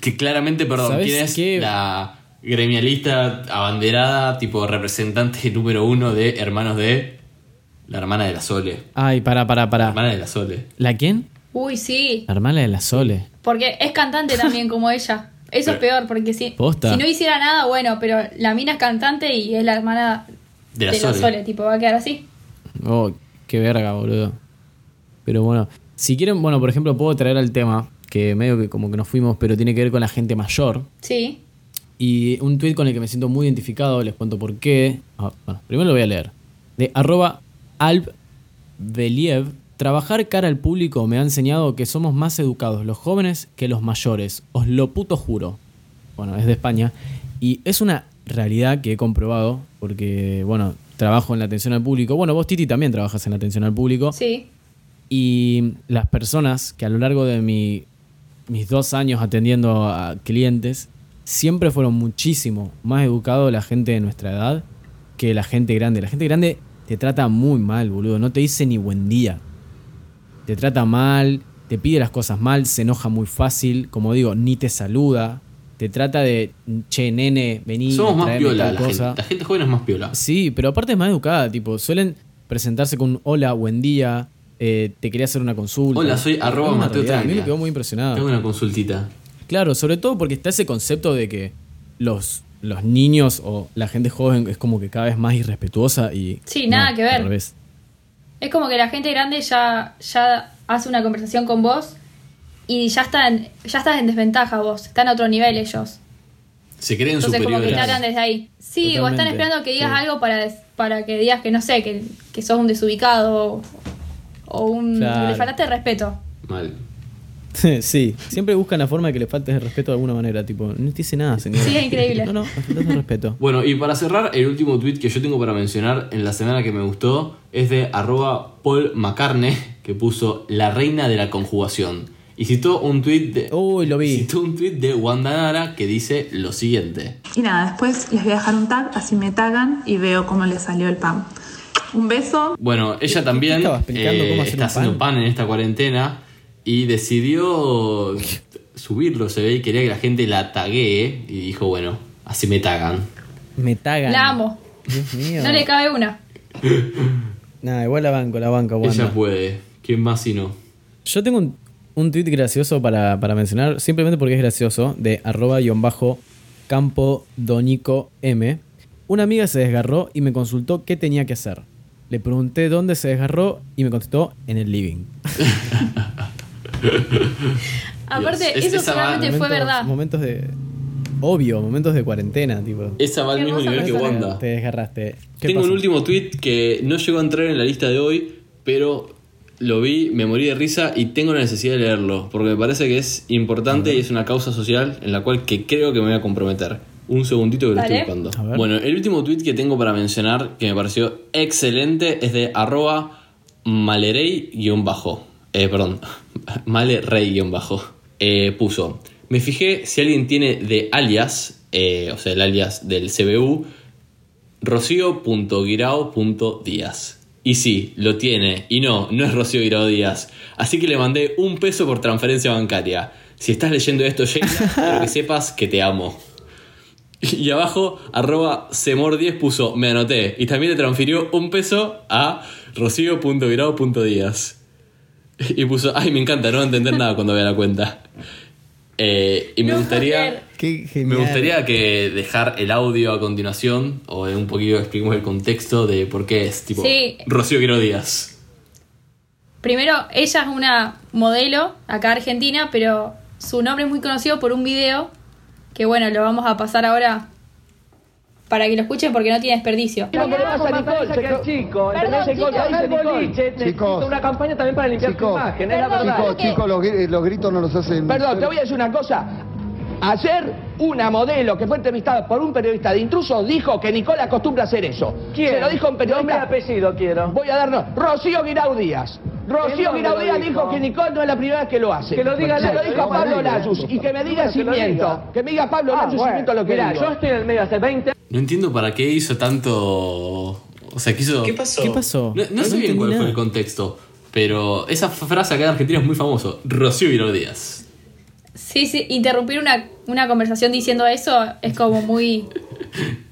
[SPEAKER 3] Que claramente, perdón,
[SPEAKER 1] ¿Sabes
[SPEAKER 3] ¿quién es
[SPEAKER 1] qué?
[SPEAKER 3] la gremialista abanderada, tipo representante número uno de hermanos de la hermana de la Sole?
[SPEAKER 1] Ay, para, para, para.
[SPEAKER 3] Hermana de la Sole.
[SPEAKER 1] ¿La quién?
[SPEAKER 2] Uy, sí.
[SPEAKER 1] La hermana de la Sole.
[SPEAKER 2] Porque es cantante también como ella. Eso es peor, porque si,
[SPEAKER 1] Posta.
[SPEAKER 2] si no hiciera nada, bueno, pero la mina es cantante y es la hermana
[SPEAKER 3] De la
[SPEAKER 2] de
[SPEAKER 3] Sole.
[SPEAKER 2] la Sole, tipo, va a quedar así.
[SPEAKER 1] Oh, qué verga, boludo. Pero bueno, si quieren, bueno, por ejemplo, puedo traer al tema, que medio que como que nos fuimos, pero tiene que ver con la gente mayor.
[SPEAKER 2] Sí.
[SPEAKER 1] Y un tweet con el que me siento muy identificado, les cuento por qué. Ah, bueno, primero lo voy a leer. De arroba albveliev. Trabajar cara al público me ha enseñado que somos más educados los jóvenes que los mayores. Os lo puto juro. Bueno, es de España. Y es una realidad que he comprobado porque, bueno, trabajo en la atención al público. Bueno, vos, Titi, también trabajas en la atención al público.
[SPEAKER 2] Sí.
[SPEAKER 1] Y las personas que a lo largo de mi- mis dos años atendiendo a clientes, siempre fueron muchísimo más educados la gente de nuestra edad que la gente grande. La gente grande te trata muy mal, boludo. No te dice ni buen día. Te trata mal, te pide las cosas mal, se enoja muy fácil. Como digo, ni te saluda. Te trata de, che, nene, vení.
[SPEAKER 3] Somos más
[SPEAKER 1] traeme
[SPEAKER 3] piola,
[SPEAKER 1] tal
[SPEAKER 3] la gente,
[SPEAKER 1] cosa".
[SPEAKER 3] la gente joven es más piola.
[SPEAKER 1] Sí, pero aparte es más educada, tipo, suelen presentarse con un hola, buen día, eh, te quería hacer una consulta.
[SPEAKER 3] Hola, soy
[SPEAKER 1] Es
[SPEAKER 3] arroba
[SPEAKER 1] una
[SPEAKER 3] Mateo
[SPEAKER 1] realidad, A mí me
[SPEAKER 3] Taglia.
[SPEAKER 1] quedó muy impresionado.
[SPEAKER 3] Tengo una consultita.
[SPEAKER 1] Claro, sobre todo porque está ese concepto de que los, los niños o la gente joven es como que cada vez más irrespetuosa y...
[SPEAKER 2] Sí, nada que ver.
[SPEAKER 1] al revés.
[SPEAKER 2] Es como que la gente grande ya, ya hace una conversación con vos y ya están, ya estás en desventaja vos, están a otro nivel ellos.
[SPEAKER 3] Se creen
[SPEAKER 2] Entonces como que
[SPEAKER 3] superiores.
[SPEAKER 2] te hablan desde ahí. Sí, o están
[SPEAKER 1] Totalmente,
[SPEAKER 2] esperando que digas
[SPEAKER 1] sí.
[SPEAKER 2] algo para, des- para que digas que no sé, que, que sos un desubicado o, o un
[SPEAKER 1] Claro.
[SPEAKER 2] le faltaste de respeto.
[SPEAKER 3] Mal.
[SPEAKER 1] sí, siempre buscan la forma de que le faltes el respeto de alguna manera, tipo, no te dice nada, señor.
[SPEAKER 2] Sí, es increíble.
[SPEAKER 1] No, no, le faltas el respeto.
[SPEAKER 3] Bueno, y para cerrar, el último tweet que yo tengo para mencionar en la semana que me gustó es de arroba Paul Macarne, que puso la reina de la conjugación. Y citó un tweet de.
[SPEAKER 1] Uy, Oh, lo vi.
[SPEAKER 3] Citó un tweet de Wanda Nara que dice lo siguiente.
[SPEAKER 6] Y nada, después les voy a dejar un tag, así me tagan y veo cómo les salió el pan. Un beso.
[SPEAKER 3] Bueno, ella también
[SPEAKER 1] estaba explicando
[SPEAKER 3] eh,
[SPEAKER 1] cómo hacer
[SPEAKER 3] está
[SPEAKER 1] un
[SPEAKER 3] haciendo
[SPEAKER 1] pan?
[SPEAKER 3] pan en esta cuarentena y decidió subirlo, se ve, y quería que la gente la taguee y dijo, bueno, así me tagan.
[SPEAKER 1] Me tagan.
[SPEAKER 2] La amo.
[SPEAKER 1] Dios mío.
[SPEAKER 2] No le cabe una.
[SPEAKER 1] Nah, igual la banco, la banco, Wanda.
[SPEAKER 3] Ella puede, ¿quién más si no?
[SPEAKER 1] Yo tengo un, un tweet gracioso para, para mencionar, simplemente porque es gracioso, de arroba y bajo campo donico m. Una amiga se desgarró y me consultó qué tenía que hacer. Le pregunté dónde se desgarró y me contestó en el living.
[SPEAKER 2] Aparte,
[SPEAKER 3] Es-
[SPEAKER 2] eso
[SPEAKER 3] esa
[SPEAKER 2] solamente
[SPEAKER 3] va-
[SPEAKER 2] fue verdad.
[SPEAKER 1] Momentos de. Obvio, momentos de cuarentena, tipo.
[SPEAKER 3] Esa va al
[SPEAKER 2] Qué
[SPEAKER 3] mismo
[SPEAKER 2] hermosa
[SPEAKER 3] nivel que
[SPEAKER 2] persona.
[SPEAKER 3] Wanda.
[SPEAKER 1] Te desgarraste. ¿Qué
[SPEAKER 3] Tengo
[SPEAKER 1] pasó?
[SPEAKER 3] un último tweet que no llegó a entrar en la lista de hoy, pero lo vi, me morí de risa y tengo la necesidad de leerlo, porque me parece que es importante y es una causa social en la cual que creo que me voy a comprometer. Un segundito que lo
[SPEAKER 2] Dale.
[SPEAKER 3] estoy buscando.
[SPEAKER 1] A ver.
[SPEAKER 3] Bueno, el último tweet que tengo para mencionar que me pareció excelente es de arroba malerey-bajo. Eh, perdón, malerey-bajo. Eh, puso, me fijé si alguien tiene de alias, eh, o sea, el alias del CBU, Rocío.guirao.díaz. Y sí, lo tiene. Y no, no es Rocío Guirao Díaz. Así que le mandé un peso por transferencia bancaria. Si estás leyendo esto, Sheila, quiero que sepas que te amo. Y abajo, arroba semor10 puso, me anoté. Y también le transfirió un peso a rocío.guirao.díaz. Y puso, ay, me encanta, no voy a entender nada cuando vea la cuenta. Eh, y me
[SPEAKER 2] No puedo
[SPEAKER 3] gustaría...
[SPEAKER 2] creer.
[SPEAKER 1] Qué
[SPEAKER 3] Me
[SPEAKER 1] genial.
[SPEAKER 3] gustaría que dejar el audio a continuación o de un poquito expliquemos el contexto de por qué es tipo
[SPEAKER 2] Sí.
[SPEAKER 3] Rocío Quiero Díaz.
[SPEAKER 2] Primero, ella es una modelo acá argentina, pero su nombre es muy conocido por un video que, bueno, lo vamos a pasar ahora para que lo escuchen porque no tiene desperdicio.
[SPEAKER 7] Lo que le pasa a Nicole, que es chico, ¿entendés? Nicole, lo dice Nicole. Necesita
[SPEAKER 8] Chicos.
[SPEAKER 7] una campaña también para limpiar tu
[SPEAKER 8] Chicos.
[SPEAKER 7] imagen, es la
[SPEAKER 8] Chicos,
[SPEAKER 7] verdad.
[SPEAKER 8] chicos, los, gri- eh, los gritos no los hacen.
[SPEAKER 7] Perdón, te voy a decir una cosa. Ayer una modelo que fue entrevistada por un periodista de intrusos dijo que Nicole acostumbra a hacer eso. Se lo dijo un periodista. apellido quiero. Voy a darnos. Rocío Guirau Díaz. Rocío Guirau Díaz dijo? que Nicole no es la primera vez que lo hace. Que lo diga Se lo dijo a Pablo Layus y que me diga si miento. Que me diga Pablo Layus si miento lo que digo. Yo estoy en el medio hace 20
[SPEAKER 3] No entiendo para qué hizo tanto. O sea, quiso.
[SPEAKER 1] ¿Qué pasó?
[SPEAKER 3] No, no sé bien
[SPEAKER 1] entendí
[SPEAKER 3] cuál fue
[SPEAKER 1] nada.
[SPEAKER 3] el contexto, pero esa frase acá en Argentina es muy famoso. Rocío Quiero Díaz.
[SPEAKER 2] Sí, sí, interrumpir una, una conversación diciendo eso es como muy,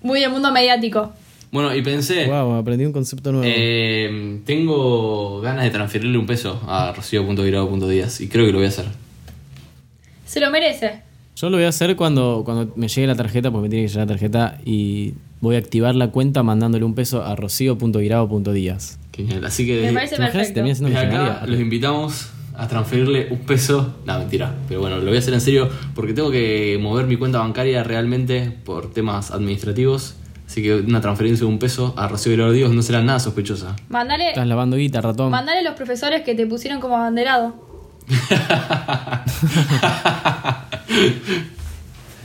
[SPEAKER 2] muy del mundo mediático.
[SPEAKER 3] Bueno, y pensé.
[SPEAKER 1] Guau, aprendí un concepto nuevo.
[SPEAKER 3] eh, tengo ganas de transferirle un peso a Rocío.guirao.díaz y creo que lo voy a hacer.
[SPEAKER 2] Se lo merece.
[SPEAKER 1] Yo lo voy a hacer cuando, cuando me llegue la tarjeta, porque me tiene que llegar la tarjeta, y voy a activar la cuenta mandándole un peso a rocío.guirao.díaz.
[SPEAKER 3] Genial. Así que
[SPEAKER 2] Me
[SPEAKER 3] desde-
[SPEAKER 2] parece
[SPEAKER 1] ¿Te imaginas si
[SPEAKER 2] perfecto.
[SPEAKER 1] terminas siendo
[SPEAKER 3] Desde acá
[SPEAKER 1] millonaria?
[SPEAKER 3] los invitamos a transferirle un peso. No, mentira. Pero bueno, lo voy a hacer en serio porque tengo que mover mi cuenta bancaria realmente por temas administrativos. Así que una transferencia de un peso a Rocío Velarde Díaz no será nada sospechosa.
[SPEAKER 2] Mandale,
[SPEAKER 1] Estás lavando guita, ratón.
[SPEAKER 2] mandale los profesores que te pusieron como abanderado.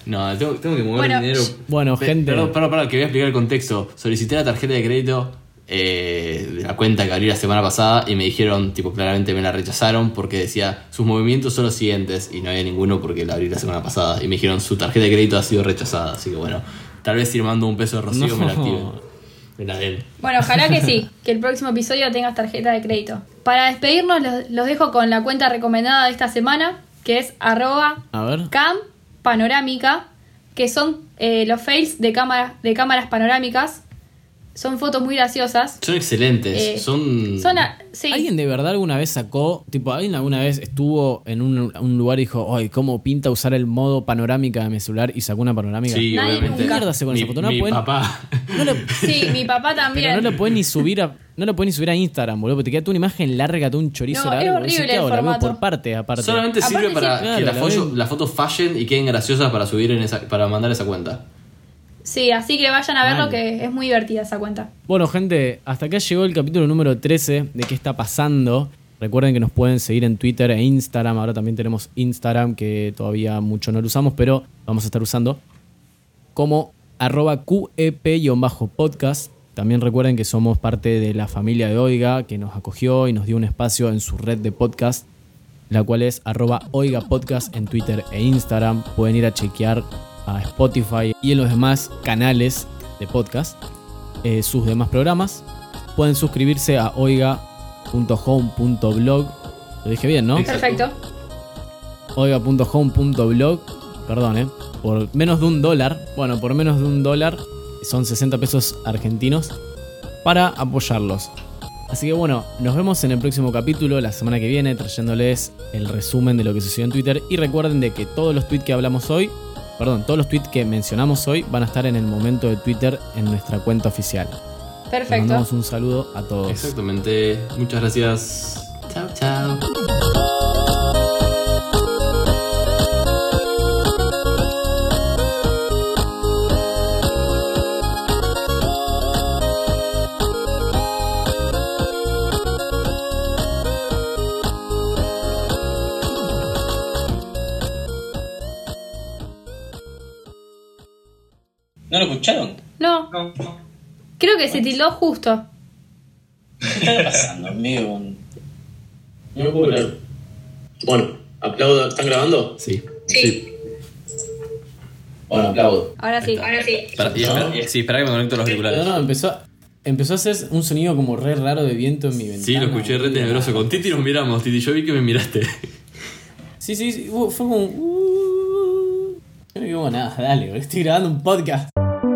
[SPEAKER 3] no, tengo, tengo que mover
[SPEAKER 2] Bueno,
[SPEAKER 3] dinero.
[SPEAKER 1] Bueno,
[SPEAKER 3] Pe-
[SPEAKER 1] gente.
[SPEAKER 3] Perdón, perdón, perdón, que voy a explicar el contexto. Solicité la tarjeta de crédito eh, de la cuenta que abrí la semana pasada y me dijeron, tipo, claramente me la rechazaron porque decía sus movimientos son los siguientes y no había ninguno porque la abrí la semana pasada. Y me dijeron su tarjeta de crédito ha sido rechazada. Así que bueno, tal vez si le mando un peso de Rocío
[SPEAKER 1] No.
[SPEAKER 3] me la activen. Me la den.
[SPEAKER 2] Bueno, ojalá que sí, que el próximo episodio tengas tarjeta de crédito. Para despedirnos, los, los dejo con la cuenta recomendada de esta semana, que es arroba
[SPEAKER 1] A ver.
[SPEAKER 2] cam panorámica, que son eh, los fails de, cámara- de cámaras panorámicas. Son fotos muy graciosas.
[SPEAKER 3] Son excelentes.
[SPEAKER 2] Eh,
[SPEAKER 3] son...
[SPEAKER 2] Son, a- sí.
[SPEAKER 1] ¿Alguien de verdad alguna vez sacó, tipo, alguien alguna vez estuvo en un, un lugar y dijo, ay, cómo pinta usar el modo panorámica de mi celular y sacó una panorámica?
[SPEAKER 3] Sí,
[SPEAKER 2] Nadie
[SPEAKER 3] obviamente.
[SPEAKER 2] nunca. ¿Qué
[SPEAKER 1] mierda hace con
[SPEAKER 3] mi,
[SPEAKER 1] esa foto? No
[SPEAKER 3] mi
[SPEAKER 1] pueden-
[SPEAKER 3] papá.
[SPEAKER 1] No lo-
[SPEAKER 2] Sí, mi papá también.
[SPEAKER 1] pero no lo pueden ni subir a, no lo pueden ni subir a Instagram, boludo, porque te queda toda una imagen larga, todo un chorizo
[SPEAKER 2] No, es
[SPEAKER 1] largo. boludo.
[SPEAKER 2] horrible
[SPEAKER 1] ¿Qué
[SPEAKER 2] el
[SPEAKER 1] hago? La veo
[SPEAKER 2] formato.
[SPEAKER 1] por parte, aparte.
[SPEAKER 3] Solamente sirve
[SPEAKER 2] Aparte
[SPEAKER 3] para
[SPEAKER 1] sí-
[SPEAKER 3] que
[SPEAKER 1] Claro,
[SPEAKER 3] las
[SPEAKER 1] la
[SPEAKER 3] follo-
[SPEAKER 1] ven.
[SPEAKER 3] las fotos fallen y queden graciosas para subir en esa, para mandar esa cuenta.
[SPEAKER 2] Sí, así que vayan a verlo
[SPEAKER 1] Mal.
[SPEAKER 2] que es muy divertida esa cuenta.
[SPEAKER 1] Bueno, gente, hasta acá llegó el capítulo número 13 de qué está pasando. Recuerden que nos pueden seguir en Twitter e Instagram. Ahora también tenemos Instagram, que todavía mucho no lo usamos, pero vamos a estar usando. Como arroba E QEP-podcast. También recuerden que somos parte de la familia de Oiga, que nos acogió y nos dio un espacio en su red de podcast, la cual es arroba Oiga Podcast en Twitter e Instagram. Pueden ir a chequear a Spotify y en los demás canales de podcast eh, sus demás programas. Pueden suscribirse a oiga.home.blog. Lo dije bien, ¿no?
[SPEAKER 3] Exacto.
[SPEAKER 2] Perfecto.
[SPEAKER 1] oiga.home.blog, perdón, ¿eh? por menos de un dólar, bueno, por menos de un dólar, son 60 pesos argentinos, para apoyarlos. Así que bueno, nos vemos en el próximo capítulo, la semana que viene, trayéndoles el resumen de lo que sucedió en Twitter. Y recuerden de que todos los tweets que hablamos hoy, perdón, todos los tweets que mencionamos hoy van a estar en el momento de Twitter en nuestra cuenta oficial. Les
[SPEAKER 2] Perfecto.
[SPEAKER 1] mandamos un saludo a todos.
[SPEAKER 3] Exactamente. Muchas gracias. Chao, chao.
[SPEAKER 6] ¿No lo escucharon?
[SPEAKER 2] No,
[SPEAKER 6] No.
[SPEAKER 2] creo que se tildó justo.
[SPEAKER 6] ¿Qué está pasando, amigo? No
[SPEAKER 3] Bueno, aplaudo. ¿Están grabando? Sí. Sí.
[SPEAKER 6] Bueno, aplaudo.
[SPEAKER 2] Ahora sí. Ahora sí.
[SPEAKER 3] Espera- y espera- y- sí, espera que me conecto los
[SPEAKER 1] No,
[SPEAKER 3] auriculares.
[SPEAKER 1] no, empezó, a- empezó a hacer un sonido como re raro de viento en mi ventana.
[SPEAKER 3] Sí, lo escuché re tenebroso. Con Titi nos miramos, Titi. Yo vi que me miraste.
[SPEAKER 1] Sí, sí, sí, hubo- fue como... un, "Uh". Yo no digo nada, dale, boludo, estoy grabando un podcast.